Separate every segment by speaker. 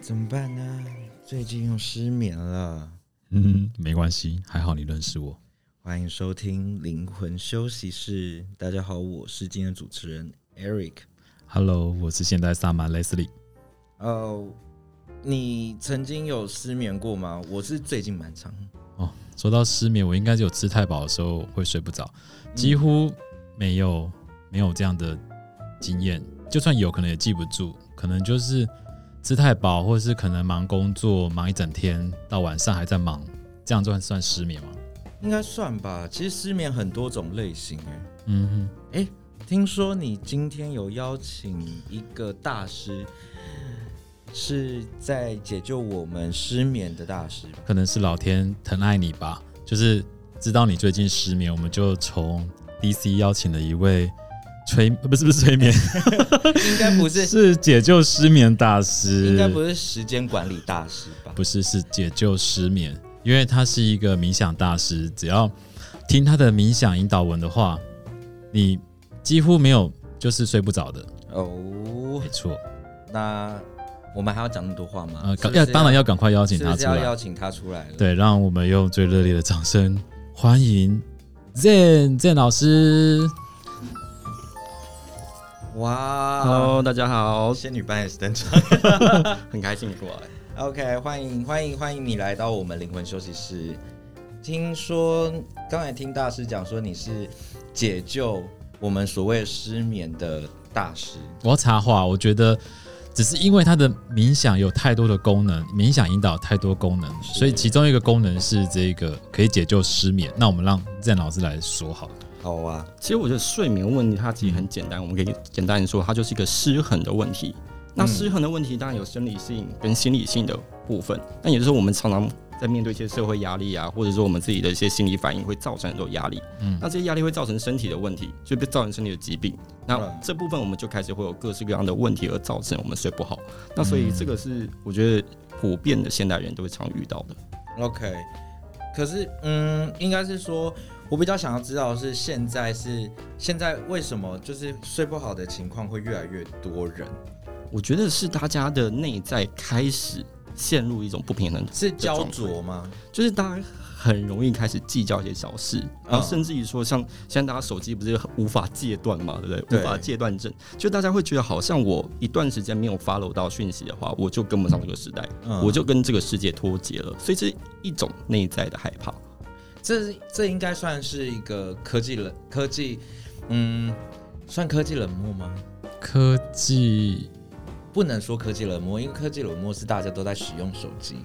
Speaker 1: 怎么办呢？最近又失眠了。
Speaker 2: 嗯，没关系，还好你认识我。
Speaker 1: 欢迎收听灵魂休息室。大家好，我是今天的主持人 Eric。
Speaker 2: Hello，我是现代萨满 Leslie。
Speaker 1: 哦，你曾经有失眠过吗？我是最近蛮长。
Speaker 2: 哦，说到失眠，我应该只有吃太饱的时候会睡不着，几乎没有没有这样的经验。就算有，可能也记不住，可能就是吃太饱，或者是可能忙工作忙一整天，到晚上还在忙，这样算算失眠吗？
Speaker 1: 应该算吧。其实失眠很多种类型、欸，哎，
Speaker 2: 嗯哼，
Speaker 1: 听说你今天有邀请一个大师，是在解救我们失眠的大师吧。
Speaker 2: 可能是老天疼爱你吧，就是知道你最近失眠，我们就从 DC 邀请了一位催，呃不是不是催眠，
Speaker 1: 应该不是，
Speaker 2: 是解救失眠大师，
Speaker 1: 应该不是时间管理大师吧？
Speaker 2: 不是，是解救失眠，因为他是一个冥想大师，只要听他的冥想引导文的话，你几乎没有就是睡不着的，
Speaker 1: 哦
Speaker 2: 没，错。
Speaker 1: 那我们还要讲那么多话吗？
Speaker 2: 呃，
Speaker 1: 是不
Speaker 2: 赶
Speaker 1: 是
Speaker 2: 要当然要赶快邀请
Speaker 1: 是
Speaker 2: 他
Speaker 1: 不是
Speaker 2: 出
Speaker 1: 要
Speaker 2: 来，
Speaker 1: 邀请他出来了？，
Speaker 2: 对，让我们用最热烈的掌声欢迎 Zen Zen 老师。
Speaker 1: 哇
Speaker 3: Hello，大家好，
Speaker 1: 仙女般也是登场。
Speaker 3: 很开心你过来。
Speaker 1: OK，欢迎欢迎欢迎你来到我们灵魂休息室。听说刚才听大师讲说你是解救我们所谓失眠的大师，
Speaker 2: 我要插话，我觉得只是因为它的冥想有太多的功能，冥想引导太多功能，
Speaker 1: 是
Speaker 2: 所以其中一个功能是这个可以解救失眠。那我们让 Zen 老师来说好了。
Speaker 1: 好啊，
Speaker 3: 其实我觉得睡眠问题它其实很简单，我们可以简单地说，它就是一个失衡的问题。那失衡的问题当然有生理性跟心理性的部分，那也就是我们常常在面对一些社会压力啊，或者说我们自己的一些心理反应会造成很多压力。
Speaker 2: 嗯
Speaker 3: 那这些压力啊会造成身体的问题，就会造成身体的疾病。那
Speaker 1: 嗯
Speaker 3: 这部分我们就开始会有各式各样的问题，而造成我们睡不好。那所以这个是我觉得普遍的现代人都会常遇到的。
Speaker 1: OK，可是嗯，应该是说，我比较想要知道的是现在是现在为什么就是睡不好的情况会越来越多人，
Speaker 3: 我觉得是大家的内在开始陷入一种不平衡，
Speaker 1: 是焦灼吗？
Speaker 3: 就是大家很容易开始计较一些小事，然后甚至于说像现在大家手机不是无法戒断嘛，对不对？
Speaker 1: 对
Speaker 3: 无法戒断症，就大家会觉得好像我一段时间没有 follow 到讯息的话，我就跟不上这个时代，
Speaker 1: 嗯
Speaker 3: 我就跟这个世界脱节了，所以这是一种内在的害怕。
Speaker 1: 这这应该算是一个科技冷科技，嗯，算科技冷漠吗？
Speaker 2: 科技
Speaker 1: 不能说科技冷漠，因为科技冷漠是大家都在使用手机，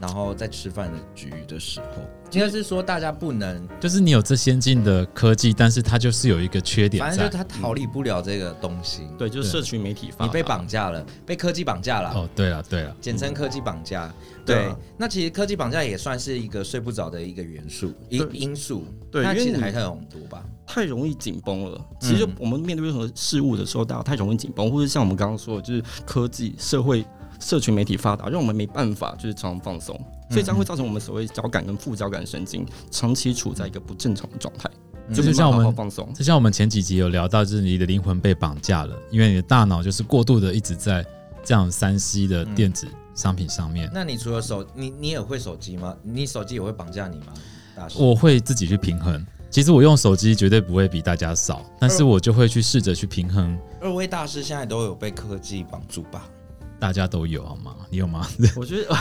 Speaker 1: 然后在吃饭的局的时候，应该是说大家不能，
Speaker 2: 就是你有这先进的科技，但是它就是有一个缺点
Speaker 1: 反正就
Speaker 2: 在
Speaker 1: 是。他逃离不了这个东西。
Speaker 3: 对，就是社群媒体发达
Speaker 1: 你被绑架了，被科技绑架了。
Speaker 2: 哦，对了对了，
Speaker 1: 简称科技绑架。
Speaker 3: 对
Speaker 1: 对
Speaker 3: 啊，
Speaker 1: 那其实科技绑架也算是一个睡不着的一个元素因
Speaker 3: 对
Speaker 1: 因素。
Speaker 3: 对
Speaker 1: 那
Speaker 3: 因为
Speaker 1: 其实
Speaker 3: 你
Speaker 1: 还很多吧。
Speaker 3: 太容易紧绷了。
Speaker 2: 嗯
Speaker 3: 其实就我们面对任何事物的时候，大家太容易紧绷，或者像我们刚刚说的，就是科技、社会、社群媒体发达，让我们没办法就是常常放松，
Speaker 2: 嗯
Speaker 3: 所以这样会造成我们所谓交感跟副交感神经长期处在一个不正常的状态，
Speaker 2: 嗯
Speaker 3: 就
Speaker 2: 就
Speaker 3: 没
Speaker 2: 像
Speaker 3: 办
Speaker 2: 我
Speaker 3: 法好好
Speaker 2: 们，
Speaker 3: 放松。
Speaker 2: 就像我们前几集有聊到，就是你的灵魂被绑架了，因为你的大脑就是过度的一直在这样三 C 的电子商品上面。
Speaker 1: 那你除了手，你你也会手机吗？你手机也会绑架你吗？大师，
Speaker 2: 我会自己去平衡。其实我用手机绝对不会比大家少，
Speaker 1: 嗯
Speaker 2: 但是我就会去试着去平衡。
Speaker 1: 二位大师现在都有被科技绑住吧？
Speaker 2: 大家都有好吗？你有吗？
Speaker 3: 我觉得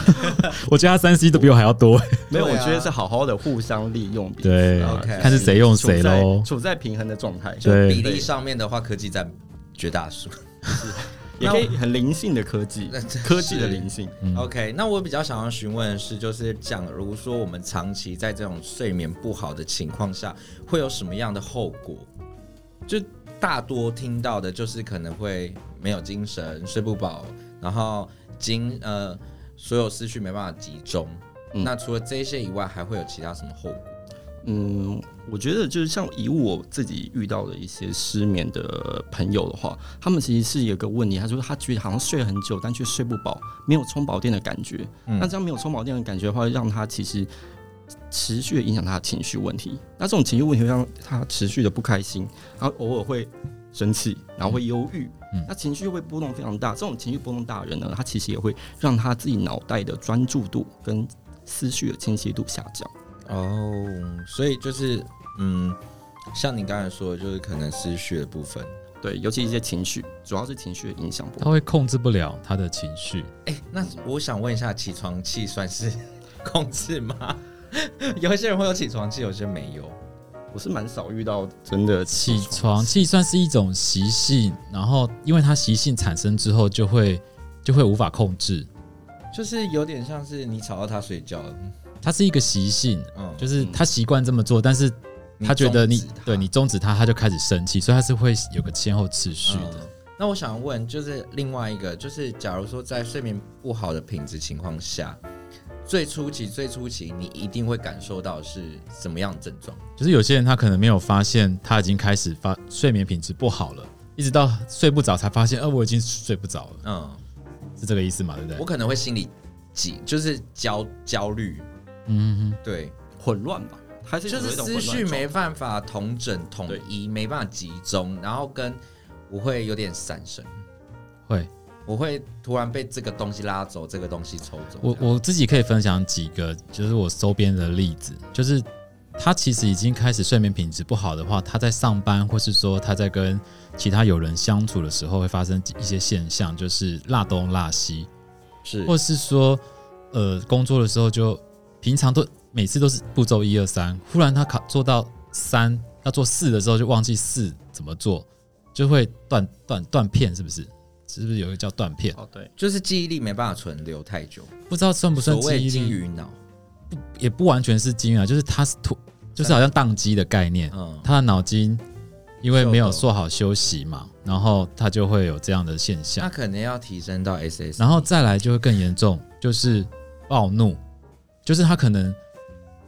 Speaker 2: 我觉得他三 C 都比我还要多。
Speaker 3: 没有，
Speaker 1: 对
Speaker 3: 我
Speaker 1: 啊
Speaker 3: 觉得是好好的互相利用彼此
Speaker 2: 对
Speaker 3: 啊，
Speaker 1: OK
Speaker 2: 看是谁用
Speaker 3: 处在
Speaker 2: 谁喽。
Speaker 3: 处在平衡的状态，
Speaker 1: 就
Speaker 2: 对
Speaker 1: 比例上面的话，科技占绝大数。
Speaker 3: 也可以很灵性的科技
Speaker 1: 那真，
Speaker 3: 科技的
Speaker 1: 是
Speaker 3: 灵性。
Speaker 1: OK，那我比较想要询问的是，就是假如说我们长期在这种睡眠不好的情况下，会有什么样的后果？就大多听到的就是可能会没有精神、睡不饱，然后精呃所有思绪没办法集中。
Speaker 3: 嗯
Speaker 1: 那除了这些以外，还会有其他什么后果？
Speaker 3: 嗯，我觉得就是像以我自己遇到的一些失眠的朋友的话，他们其实是有个问题，他说他觉得好像睡很久，但却睡不饱，没有充饱电的感觉。
Speaker 1: 嗯
Speaker 3: 那这样没有充饱电的感觉的话，会让他其实持续地影响他的情绪问题。那这种情绪问题会让他持续的不开心，然后偶尔会生气，然后会忧郁，
Speaker 2: 嗯
Speaker 3: 那情绪会波动非常大。这种情绪波动大的人呢，他其实也会让他自己脑袋的专注度跟思绪的清晰度下降。
Speaker 1: 哦，所以就是嗯，像你刚才说的，就是可能思绪的部分。
Speaker 3: 对，尤其一些情绪，主要是情绪的影响波
Speaker 2: 他
Speaker 3: 动。
Speaker 2: 会控制不了他的情绪。
Speaker 1: 哎、那我想问一下，起床气算是 控制吗？ 有一些人会有起床气，有些没有。
Speaker 3: 我是蛮少遇到真的
Speaker 2: 起床气算是一种习性，然后因为它习性产生之后，就会就会无法控制，
Speaker 1: 就是有点像是你吵到他睡觉了，
Speaker 2: 它是一个习性，
Speaker 1: 嗯，
Speaker 2: 就是他习惯这么做，但是他觉得你
Speaker 1: 终止他嗯
Speaker 2: 对你终止他，他就开始生气，所以他是会有个先后次序的。
Speaker 1: 嗯那我想问，就是另外一个，就是假如说在睡眠不好的品质情况下，最初期、最初期，你一定会感受到是什么样的症状？
Speaker 2: 就是有些人他可能没有发现他已经开始发睡眠品质不好了，一直到睡不着才发现，呃，我已经睡不着了，
Speaker 1: 嗯，
Speaker 2: 是这个意思嘛？对不对
Speaker 1: 我？可能会心里急，就是焦焦虑，
Speaker 2: 嗯，
Speaker 1: 对，
Speaker 3: 混乱吧，还是
Speaker 1: 就
Speaker 3: 有
Speaker 1: 是
Speaker 3: 一种
Speaker 1: 思
Speaker 3: 混乱
Speaker 1: 绪
Speaker 3: 状
Speaker 1: 没办法统整统一，没办法集中，然后跟我会有点散神，
Speaker 2: 会。
Speaker 1: 我会突然被这个东西拉走，这个东西抽走。
Speaker 2: 我
Speaker 1: 这样
Speaker 2: 我自己可以分享几个，就是我周边的例子，就是他其实已经开始睡眠品质不好的话，他在上班或是说他在跟其他友人相处的时候，会发生一些现象，就是辣东辣西，
Speaker 1: 是
Speaker 2: 或是说，呃，工作的时候就平常都每次都是步骤一二三，忽然他考做到三，要做四的时候就忘记四怎么做，就会断断断片，是不是？是不是有一个叫断片？
Speaker 3: 况哦，对，
Speaker 1: 就是记忆力没办法存留太久，
Speaker 2: 不知道算不
Speaker 1: 所
Speaker 2: 算
Speaker 1: 谓
Speaker 2: 记忆
Speaker 1: 金
Speaker 2: 力？
Speaker 1: 鱼脑，
Speaker 2: 也不完全是基因啊，就是它是突，就是好像宕机的概念，
Speaker 1: 嗯，
Speaker 2: 他的脑筋因为没有
Speaker 1: 秀逗
Speaker 2: 做好休息嘛，然后他就会有这样的现象
Speaker 1: 那。可能要提升到 SS，
Speaker 2: 然后再来就会更严重，就是暴怒，就是他可能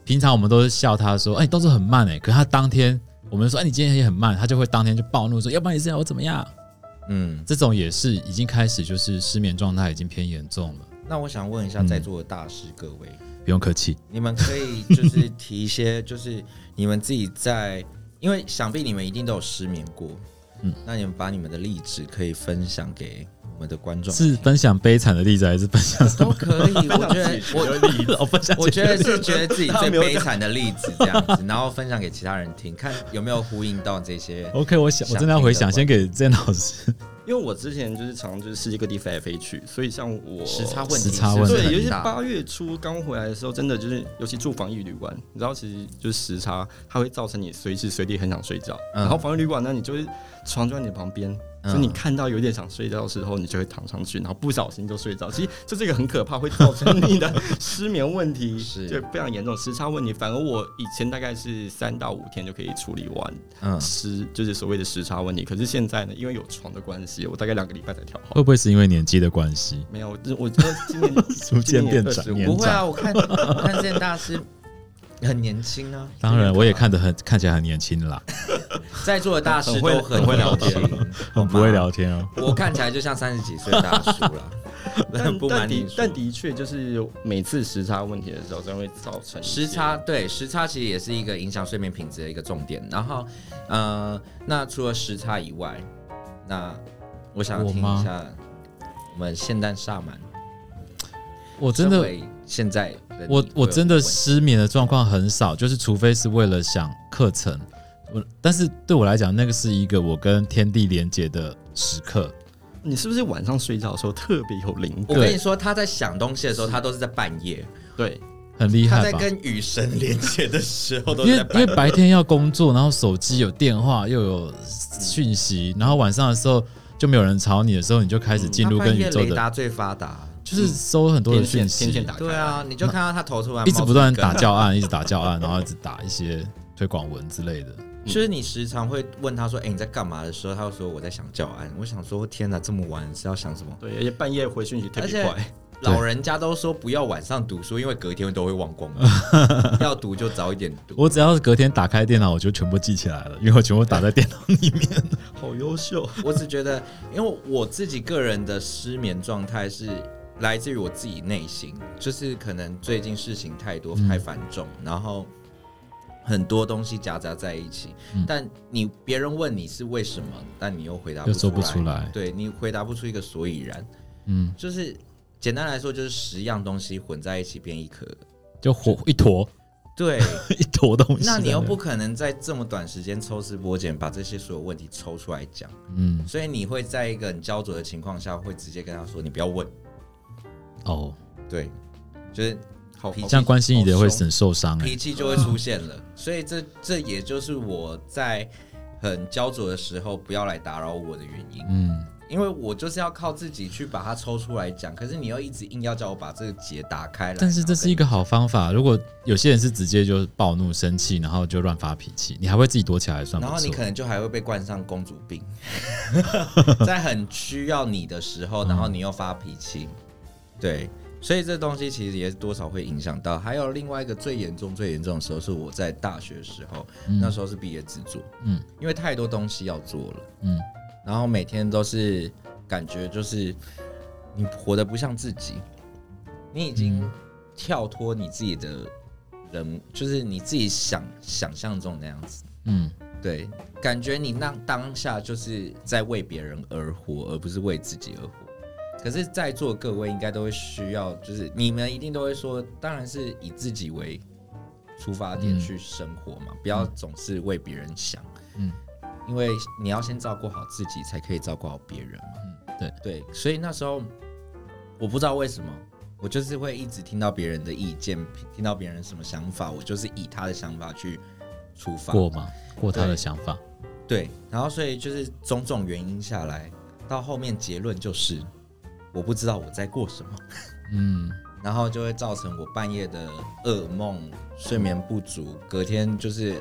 Speaker 2: 平常我们都是笑他说，哎，你动作很慢哎、可是他当天我们说，哎，你今天也很慢，他就会当天就暴怒说，要不然你是要我怎么样？
Speaker 1: 嗯，
Speaker 2: 这种也是已经开始就是失眠状态已经偏严重了，
Speaker 1: 那我想问一
Speaker 2: 嗯
Speaker 1: 下在座的大师各位，
Speaker 2: 不用客气。
Speaker 1: 你们可以就是提一些，就是你们自己在，因为想必你们一定都有失眠过，嗯
Speaker 2: 嗯，
Speaker 1: 那你们把你们的例子可以分享给我们的观众，
Speaker 2: 是分享悲惨的例子还是分 享什
Speaker 1: 都
Speaker 2: 么？
Speaker 1: 可以，我觉得我。
Speaker 3: 我
Speaker 2: 我分享
Speaker 1: 我觉得是觉得自己最
Speaker 3: 没有
Speaker 1: 悲惨的例子这样子，然后分享给其他人听，看有没有呼应到这些。
Speaker 2: OK，我想我真的要回想，先给郑老师。
Speaker 3: 因为我之前就是常就是世界各地飞来飞去，所以像我
Speaker 1: 时差问题，
Speaker 2: 时差问题
Speaker 3: 对，尤
Speaker 1: 有
Speaker 3: 其
Speaker 1: 些
Speaker 3: 八月初刚回来的时候，真的就是，尤其住防疫旅馆，你知道，其实就是时差，它会造成你随时随地很想睡觉。
Speaker 1: 嗯
Speaker 3: 然后防疫旅馆呢，你就是床就在你旁边，
Speaker 1: 嗯
Speaker 3: 所以你看到有点想睡觉的时候，你就会躺上去，然后不小心就睡着。其实这是一个很可怕，会造成你的 失眠问题，
Speaker 1: 是
Speaker 3: 就非常严重时差问题。反而我以前大概是三到五天就可以处理完
Speaker 1: 嗯，
Speaker 3: 时，就是所谓的时差问题。可是现在呢，因为有床的关系，我大概两个礼拜才调好。
Speaker 2: 会不会是因为年纪的关系？
Speaker 3: 没有，我我觉得今年
Speaker 2: 逐渐变长
Speaker 3: 今年25
Speaker 2: 年
Speaker 1: 不会啊，我看我看这件大师很年轻啊，
Speaker 2: 当然，我也看得很看起来很年轻啦，
Speaker 1: 在座的大师
Speaker 3: 很
Speaker 1: 都
Speaker 3: 会
Speaker 1: 很
Speaker 3: 很会聊
Speaker 1: 天
Speaker 3: 天，
Speaker 1: 好
Speaker 2: 我
Speaker 1: 吗
Speaker 2: 不会。聊天哦。
Speaker 1: 我看起来就像三十几岁的大叔了，
Speaker 3: 但
Speaker 1: 不
Speaker 3: 但
Speaker 1: 瞒你
Speaker 3: 的
Speaker 1: 说
Speaker 3: 但的确就是每次时差问题的时候，真会造成一些
Speaker 1: 时差对时差其实也是一个影响睡眠品质的一个重点。然后，呃，那除了时差以外，那我想
Speaker 2: 我
Speaker 1: 听
Speaker 2: 吗
Speaker 1: 一下我们现代萨满，
Speaker 2: 我真的，
Speaker 1: 身为现在人
Speaker 2: 我
Speaker 1: 你会
Speaker 2: 我
Speaker 1: 有
Speaker 2: 真的
Speaker 1: 什么
Speaker 2: 失眠的状况很少，就是除非是为了想课程，我但是对我来讲，那个是一个我跟天地连接的时刻。
Speaker 3: 你是不是晚上睡觉的时候特别有灵
Speaker 1: 问题。
Speaker 3: 感？
Speaker 1: 我跟你说，他在想东西的时候，他都是在半夜；
Speaker 3: 对，
Speaker 2: 很厉
Speaker 1: 他
Speaker 2: 害
Speaker 1: 在
Speaker 2: 吧？
Speaker 1: 跟雨神连接的时候，都
Speaker 2: 因
Speaker 1: 是在
Speaker 2: 为
Speaker 1: 半
Speaker 2: 因
Speaker 1: 夜
Speaker 2: 为白天要工作，然后手机有电话又有讯息，然后晚上的时候就没有人吵你的时候，你就开始进入
Speaker 1: 他半
Speaker 2: 跟
Speaker 1: 夜
Speaker 2: 宇宙
Speaker 1: 雷
Speaker 2: 的，
Speaker 1: 达最发达。
Speaker 2: 就是收很多的
Speaker 3: 天
Speaker 2: 讯
Speaker 3: 线
Speaker 2: 息，
Speaker 3: 天线打开，
Speaker 1: 对，啊，你就看到他头突然
Speaker 2: 一直
Speaker 1: 冒
Speaker 2: 不断
Speaker 1: 出一
Speaker 2: 地
Speaker 1: 根
Speaker 2: 打教案，一直打教案，然后一直打一些推广文之类的。
Speaker 1: 嗯就是你时常会问他说：“哎、你在干嘛？”的时候，他会说：“我在想教案。”我想说：“天哪，这么晚是要想什么
Speaker 3: 对，而且半夜回讯息特
Speaker 1: 而且
Speaker 3: 别快，？”
Speaker 1: 老人家都说不要晚上读书，因为隔天都会忘光。 要读就早一点读。
Speaker 2: 我只要是隔天打开电脑，我就全部记起来了，因为我全部打在电脑里面。
Speaker 3: 好优秀。
Speaker 1: 我只觉得，因为我自己个人的失眠状态是来自于我
Speaker 2: 嗯
Speaker 1: 自己内心，就是可能最近事情太多太繁重，然后很多东西夹杂在一起，
Speaker 2: 嗯
Speaker 1: 但你别人问你是为什么，但你又回答
Speaker 2: 又
Speaker 1: 不
Speaker 2: 说不出来
Speaker 1: 对你回答不出一个所以然，
Speaker 2: 嗯，
Speaker 1: 就是简单来说，就是十样东西混在一起变一 颗。
Speaker 2: 就火一坨
Speaker 1: 对，
Speaker 2: 一坨东西在。
Speaker 1: 那你又不可能在这么短时间抽丝剥茧，把这些所有问题抽出来讲，
Speaker 2: 嗯
Speaker 1: 所以你会在一个很焦灼的情况下，会直接跟他说：“你不要问。
Speaker 2: 哦，”
Speaker 1: 对，就是
Speaker 2: 嗯
Speaker 3: 好
Speaker 1: 脾
Speaker 3: 好
Speaker 1: 气
Speaker 2: 这样关心你的会很受伤哎、
Speaker 1: 脾气就会出现了。所以这这也就是我在很焦灼的时候不要来打扰我的原因，
Speaker 2: 嗯，
Speaker 1: 因为我就是要靠自己去把它抽出来讲。可是你又一直硬要叫我把这个结打开来，
Speaker 2: 但是这是一个好方法。如果有些人是直接就暴怒、生气，然后就乱发脾气，你还会自己躲起来，算不
Speaker 1: 然后你
Speaker 2: 错。
Speaker 1: 可能就还会被冠上公主病， 在很需要你的时候，然后你又发脾气，对，所以这东西其实也多少会影响到。还有另外一个最严重、最严重的时候是我在大学的时候，那时候是毕业制作，
Speaker 2: 嗯
Speaker 1: 嗯，因为太多东西要做了，
Speaker 2: 嗯
Speaker 1: 嗯，然后每天都是感觉就是你活得不像自己，你已经跳脱你自己的人，就是你自己想想象中那样子。
Speaker 2: 嗯，
Speaker 1: 对，感觉你那当下就是在为别人而活，而不是为自己而活。可是，在座各位应该都会需要，就是你们一定都会说，当然是以自己为出发点
Speaker 2: 嗯
Speaker 1: 去生活嘛，不要总是为别人想。
Speaker 2: 嗯
Speaker 1: 嗯，因为你要先照顾好自己，才可以照顾好别人嘛。
Speaker 2: 嗯对
Speaker 1: 对，所以那时候我不知道为什么，我就是会一直听到别人的意见，听到别人什么想法，我就是以他的想法去出发。
Speaker 2: 过嘛，过他的
Speaker 1: 对
Speaker 2: 想法。
Speaker 1: 对，然后所以就是种种原因下来，到后面结论就是我不知道我在过什么，
Speaker 2: 嗯，
Speaker 1: 然后就会造成我半夜的噩梦、睡眠不足，隔天就是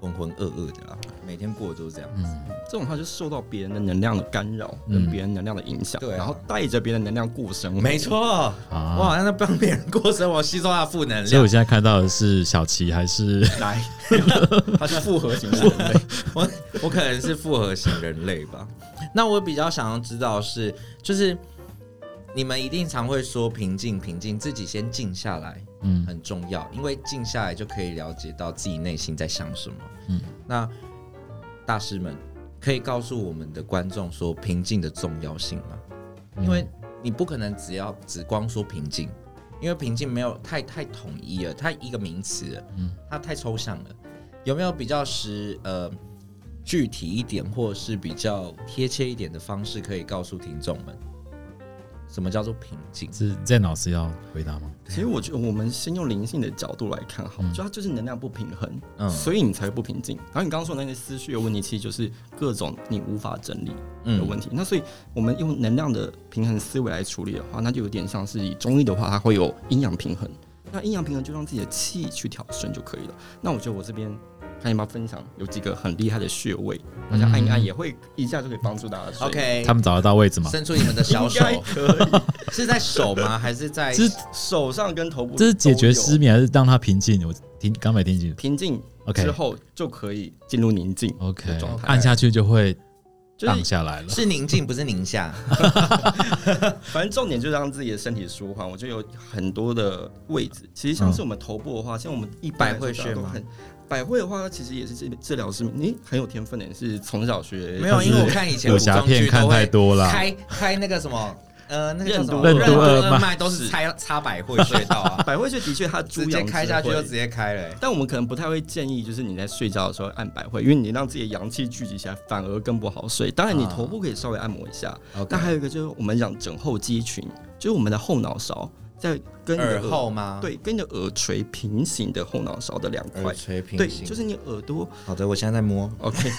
Speaker 1: 浑浑噩噩的啦，每天过的都是这样子。
Speaker 3: 这种他就受到别人的能量的干扰，
Speaker 2: 嗯
Speaker 3: 跟别人能量的影响，
Speaker 1: 对啊
Speaker 3: 然后带着别人的能量过生活。
Speaker 1: 没错，
Speaker 2: 啊
Speaker 1: 我好像在帮别人过生活，吸收他的负能
Speaker 2: 所以我
Speaker 1: 量，
Speaker 2: 现在看到的是小琪还是
Speaker 3: 来，
Speaker 1: 他是复合型人类。我我可能是复合型人类吧。 那我比较想要知道是，就是你们一定常会说平静，平静，自己先静下来。
Speaker 2: 嗯
Speaker 1: 很重要，因为静下来就可以了解到自己内心在想什么。
Speaker 2: 嗯
Speaker 1: 嗯，那大师们可以告诉我们的观众说平静的重要性吗？因为你不可能只要只光说平静，因为平静没有太太统一了，它一个名词了，
Speaker 2: 嗯
Speaker 1: 它太抽象了。有没有比较实呃具体一点，或是比较贴切一点的方式，可以告诉听众们什么叫做平静？
Speaker 2: 是 Zen 老师要回答吗？
Speaker 1: 哎
Speaker 3: 其实我觉得我们先用灵性的角度来看，好，
Speaker 2: 嗯
Speaker 3: 就它就是能量不平衡，
Speaker 1: 嗯
Speaker 3: 所以你才会不平静。然后你刚刚说的那些思绪的问题，其实就是各种你无法整理
Speaker 1: 嗯
Speaker 2: 嗯
Speaker 3: 的问题。那所以我们用能量的平衡思维来处理的话，那就有点像是以中医的话，它会有阴阳平衡。那阴阳平衡就让自己的气去调顺就可以了。那我觉得我这边看有没有分享有几个很厉害的穴位，大家按一
Speaker 2: 嗯
Speaker 3: 按也会一下就可以帮助大家睡。
Speaker 1: OK，
Speaker 2: 他们找得到位置吗？
Speaker 1: 伸出你们的小
Speaker 3: 应该
Speaker 1: 手，
Speaker 3: 可以，
Speaker 1: 是在手吗？还是在
Speaker 2: 这
Speaker 3: 手上跟头部
Speaker 2: 这是解决失
Speaker 3: 失
Speaker 2: 眠还是让他平静？我听刚没听清楚。
Speaker 3: 平静
Speaker 2: OK 哦
Speaker 3: 之后就可以进入宁静，
Speaker 2: OK，
Speaker 3: 的状态
Speaker 2: 按下去就会
Speaker 3: 就
Speaker 2: 荡
Speaker 3: 是
Speaker 2: 下来了。
Speaker 1: 是宁静，不是宁夏？
Speaker 3: 反正重点就是让自己的身体舒缓。我觉得有很多的位置，其实像是我们头部的话，像我们一般来说
Speaker 1: 嗯百会穴吗
Speaker 3: 大家都很百会的话，它其实也是治治疗师，你很有天分的，你是从小学
Speaker 1: 没有，
Speaker 2: 是
Speaker 1: 因为我看以前
Speaker 2: 武
Speaker 1: 古
Speaker 2: 侠
Speaker 1: 装
Speaker 2: 片
Speaker 1: 剧
Speaker 2: 看
Speaker 1: 都
Speaker 2: 太
Speaker 1: 会
Speaker 2: 多啦。
Speaker 1: 开开那个什么，呃，那个叫什么
Speaker 3: 任督
Speaker 1: 任督
Speaker 2: 二
Speaker 1: 二
Speaker 2: 脉
Speaker 1: 脉都是
Speaker 3: 是
Speaker 1: 插插百会穴道 啊，
Speaker 3: 百会穴的确 它
Speaker 1: 直
Speaker 3: 猪
Speaker 1: 接
Speaker 3: 羊
Speaker 1: 开下去
Speaker 3: 之
Speaker 1: 就
Speaker 3: 会
Speaker 1: 直。接开了欸。
Speaker 3: 但我们可能不太会建议，就是你在睡觉的时候按百会，因为你让自己的阳气聚集起来，反而更不好睡。当然，你头部可以稍微按摩一下。
Speaker 1: 啊 OK，
Speaker 3: 那还有一个就是我们讲枕后肌群，就是我们的后脑勺在跟你的
Speaker 1: 耳后啊吗？，
Speaker 3: 对，跟你的耳垂平行的后脑勺的两块
Speaker 1: 耳，垂平
Speaker 3: 对，
Speaker 1: 行。
Speaker 3: 就是你 耳朵
Speaker 1: 好的，我现在在摸。
Speaker 3: ，OK，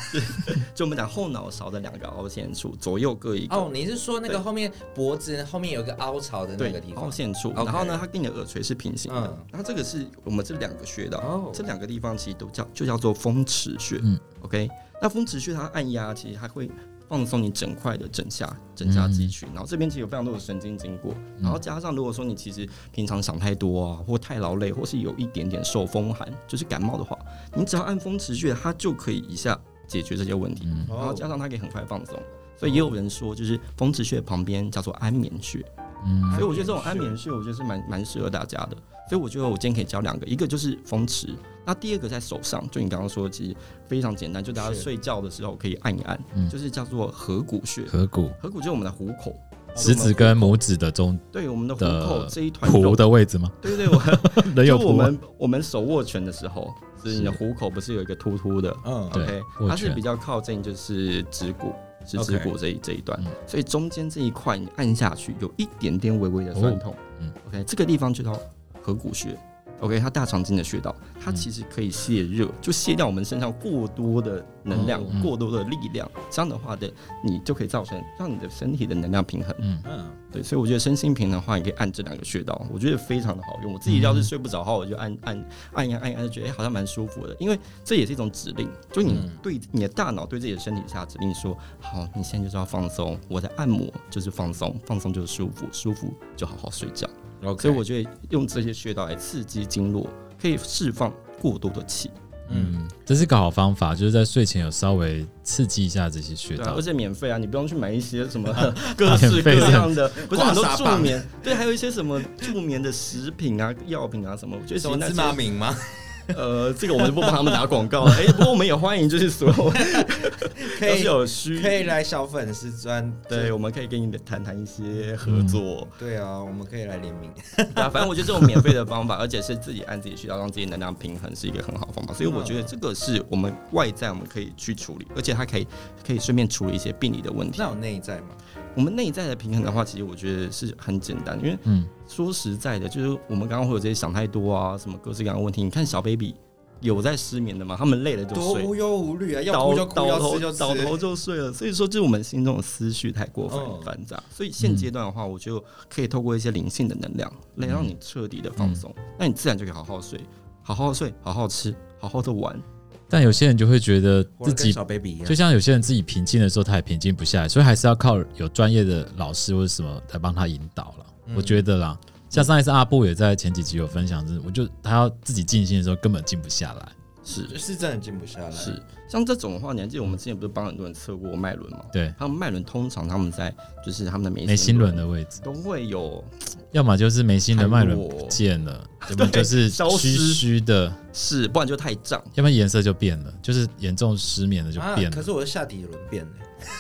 Speaker 3: 就我们讲后脑勺的两个凹陷处，左右各一个，
Speaker 1: 哦，你是说那个
Speaker 3: 对
Speaker 1: 后面脖子后面有一个凹槽的那个
Speaker 3: 对哦
Speaker 1: 地，
Speaker 3: 凹
Speaker 1: 方？
Speaker 3: 陷处。
Speaker 1: OK
Speaker 3: 然后呢，它跟你的耳垂是平行的
Speaker 1: 嗯。
Speaker 3: 那这个是我们这两个穴道
Speaker 1: 哦，
Speaker 3: 这两个地方其实都叫就叫做风池穴
Speaker 2: 嗯。
Speaker 3: OK，那风池穴它按压，其实它会。放松你整块的枕下枕下
Speaker 1: 嗯
Speaker 3: 肌群，然后这边其实有非常多的神经经过，然后加上如果说你其实平常想太多啊，或太劳累，或是有一点点受风寒，就是感冒的话，你只要按风池穴，它就可以一下解决这些问题。
Speaker 2: 嗯
Speaker 3: 然
Speaker 1: 哦
Speaker 3: 后加上它可以很快放松，所以也有人说，就是风池穴旁边叫做安眠穴，
Speaker 2: 嗯
Speaker 3: 所以我觉得这种安眠穴，我觉得是蛮蛮适合大家的。所以我觉得我今天可以教两个，一个就是风池，那第二个在手上，就你刚刚说，其实非常简单，就大家
Speaker 1: 是
Speaker 3: 睡觉的时候可以按一按，
Speaker 2: 嗯
Speaker 3: 就是叫做合谷穴。
Speaker 2: 合谷、
Speaker 3: 合谷就是我们的虎口，
Speaker 2: 食指跟拇指的中
Speaker 3: 对我们的虎口
Speaker 2: 的
Speaker 3: 这一团
Speaker 2: 蹼
Speaker 3: 肉，
Speaker 2: 的位置吗？
Speaker 3: 对 对对，我
Speaker 2: 人有
Speaker 3: 就我
Speaker 2: 蹼吗？
Speaker 3: 们我们手握拳的时候，就是你的虎口不是有一个突突的
Speaker 1: 嗯，
Speaker 2: 对
Speaker 3: ，OK，
Speaker 2: 握
Speaker 3: 它是
Speaker 2: 拳
Speaker 3: 比较靠近就是指骨。食指
Speaker 1: OK
Speaker 3: 骨这一这一段
Speaker 2: 嗯
Speaker 3: 所以中间这一块你按下去有一点点微微的酸痛。
Speaker 2: 嗯
Speaker 3: ，OK，这个地方就叫合谷穴。OK，它大肠经的穴道，它
Speaker 2: 嗯
Speaker 3: 其实可以泄热，就泄掉我们身上过多的能量、
Speaker 2: 嗯
Speaker 3: 过多的力量。这样的话的，你就可以造成让你的身体的能量平衡。
Speaker 2: 嗯，
Speaker 1: 嗯，
Speaker 3: 对，所以我觉得身心平衡的话，你可以按这两个穴道，我觉得非常的好用。我自己要是睡不着的话，我就按按按一按按一按，就觉得哎、好像蛮舒服的。因为这也是一种指令，就你
Speaker 1: 嗯
Speaker 3: 对你的大脑对自己的身体下指令说，好，你现在就是要放松。我在按摩就是放松，放松就是舒服，舒服就好好睡觉。
Speaker 1: ，OK，
Speaker 3: 所以我觉得用这些穴道来刺激经络，可以释放过多的气，
Speaker 1: 嗯，
Speaker 2: 嗯，这是个好方法，就是在睡前有稍微刺激一下这些穴
Speaker 3: 对、啊，
Speaker 2: 道
Speaker 3: 而。且免费啊，你不用去买一些 什么各式各样的，不是很多
Speaker 1: 刮痧
Speaker 3: 助
Speaker 1: 棒
Speaker 3: 眠，对，还有一些什么助眠的食品啊、药品啊什么，我觉得
Speaker 1: 什
Speaker 3: 其
Speaker 1: 么
Speaker 3: 实那
Speaker 1: 芝
Speaker 3: 些
Speaker 1: 麻 明吗？
Speaker 3: 呃，这个我们就不帮他们打广 告了。哎、不过我们也欢迎，就是所有
Speaker 1: 可
Speaker 3: 要是
Speaker 1: 以
Speaker 3: 有需，
Speaker 1: 可以来小粉丝专，
Speaker 3: 对，我们可以跟你谈谈一些合作。
Speaker 1: 对啊，我们可以来联名。
Speaker 3: 对啊，反正我觉得这种免费的方法，而且是自己按自己需要，让自己能量平衡，是一个很好的方法。所以我觉得这个是我们外在我们可以去处理，而且它可以可以顺便处理一些病理的问题
Speaker 1: 那。有内在吗？
Speaker 3: 我们内在的平衡的话，其实我觉得是很简单，因为
Speaker 2: 嗯，
Speaker 3: 说实在的，就是我们刚刚会有这些想太多啊，什么各式各样的问题。你看小 baby 有在失眠的吗？他们累了就
Speaker 1: 多
Speaker 3: 睡，
Speaker 1: 无忧无虑啊，要
Speaker 3: 倒
Speaker 1: 哭就哭，
Speaker 3: 倒
Speaker 1: 要
Speaker 3: 头
Speaker 1: 吃就吃。
Speaker 3: 倒头就睡了。所以说，就是我们心中的思绪太过繁
Speaker 1: 嗯
Speaker 3: 繁杂。所以现阶段的话，我就可以透过一些灵性的能量，
Speaker 1: 嗯
Speaker 3: 来让你彻底的放松，那你自然就可以好好睡，好好睡，好好吃，好好的玩。
Speaker 2: 但有些人就会觉得
Speaker 1: 活
Speaker 2: 自
Speaker 1: 得跟
Speaker 2: 己，
Speaker 1: 小 baby 一样
Speaker 2: 就，像有些人自己平静的时候，他也平静不下来，所以还是要靠有专业的老师或者什么来帮他引导了。
Speaker 1: 嗯
Speaker 2: 我觉得啦，像上一次阿布也在前几集有分享，就是我就他要自己静心的时候根本静不下来。
Speaker 3: 是
Speaker 1: 是真的静不下来。
Speaker 3: 是，像这种的话，你还记得我们之前不是帮很多人测过脉轮吗？
Speaker 2: 对，
Speaker 3: 他们脉轮通常他们在就是他们的眉
Speaker 2: 眉心轮
Speaker 3: 的
Speaker 2: 的位置，
Speaker 3: 都会有
Speaker 2: 要么就是眉心的脉轮
Speaker 3: 太弱
Speaker 2: 不见了，要么就是
Speaker 3: 消
Speaker 2: 虚
Speaker 3: 失
Speaker 2: 虚的，
Speaker 3: 是，不然就太胀。
Speaker 2: 要不然颜色就变了，就是严重失眠的就
Speaker 1: 啊
Speaker 2: 变！了。
Speaker 1: 可是我的下底轮变了，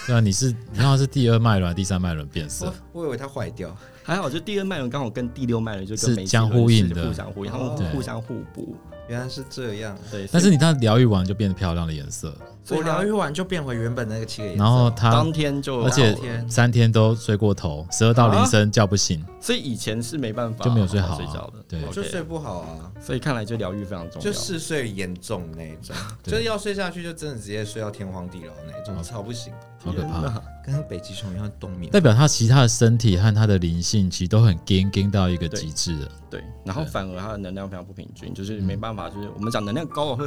Speaker 2: 对啊，你是你好像是第二脉轮、第三脉轮变色
Speaker 3: 哦
Speaker 1: 我，我以为它坏掉。
Speaker 3: 还好，就第二脉轮刚好跟第六脉轮就跟
Speaker 2: 是
Speaker 3: 眉心
Speaker 2: 相
Speaker 3: 轮
Speaker 2: 呼
Speaker 3: 是
Speaker 2: 应的
Speaker 3: 互相呼应，他
Speaker 1: 哦
Speaker 3: 们
Speaker 2: 对
Speaker 3: 互相互补。
Speaker 1: 原来是这样，
Speaker 3: 对，
Speaker 2: 但是你它疗愈完就变得漂亮的颜色，
Speaker 3: 所以
Speaker 1: 我
Speaker 3: 它
Speaker 1: 疗愈完就变回原本那个七个颜色。
Speaker 2: 然后它
Speaker 3: 当天就
Speaker 2: 而且
Speaker 1: 当天
Speaker 2: 三天都睡过头，十二到铃声叫不醒，
Speaker 3: 所以以前是没办法
Speaker 2: 就没有睡好
Speaker 3: 好
Speaker 2: 啊
Speaker 3: 睡觉的，
Speaker 2: 对
Speaker 1: 我
Speaker 3: OK
Speaker 1: 就睡不好啊，
Speaker 3: 所以看来就疗愈非常重要。
Speaker 1: 就嗜睡严重那一种，
Speaker 2: 对
Speaker 1: 就是要睡下去就真的直接睡到天荒地老那一种，吵不醒，
Speaker 2: 好可
Speaker 3: 天
Speaker 2: 怕。
Speaker 3: 哪
Speaker 1: 跟北极熊一样冬眠。
Speaker 2: 代表他其他的身体和他的灵性其实都很 gain gain 到一个
Speaker 3: 对
Speaker 2: 极致了。
Speaker 3: 对，然后
Speaker 2: 对嗯
Speaker 3: 反而它的能量非常不平均，就是没办法，就是我们讲能量高了会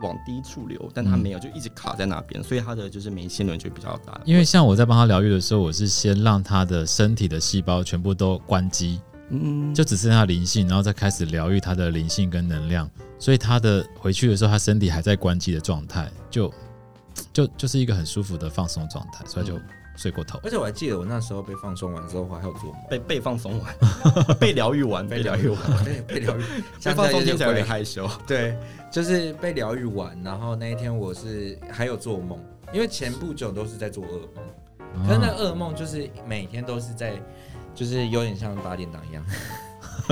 Speaker 3: 往低处流，但
Speaker 2: 嗯
Speaker 3: 它没有，就一直卡在那边，所以它的就是眉心轮就比较大。
Speaker 2: 因为像我在帮他疗愈的时候，我是先让他的身体的细胞全部都关机，
Speaker 3: 嗯，
Speaker 2: 就只剩下灵性，然后再开始疗愈他的灵性跟能量，所以他的回去的时候，他身体还在关机的状态，就就就是一个很舒服的放松状态，所以他就睡过头。
Speaker 1: 而且我还记得我那时候被放松完之后，我还有做梦，
Speaker 3: 被被放松 完，被疗愈完，被疗愈完，
Speaker 1: 完， 对，被 疗愈，
Speaker 3: 被
Speaker 1: 像
Speaker 3: 放松
Speaker 1: 天
Speaker 3: 听起来有点害羞。
Speaker 1: 对，就是被疗愈完，然后那一天我是还有做梦，因为前不久都是在做噩梦，可是那
Speaker 2: 啊、
Speaker 1: 噩梦就是每天都是在，就是有点像八点档一 样，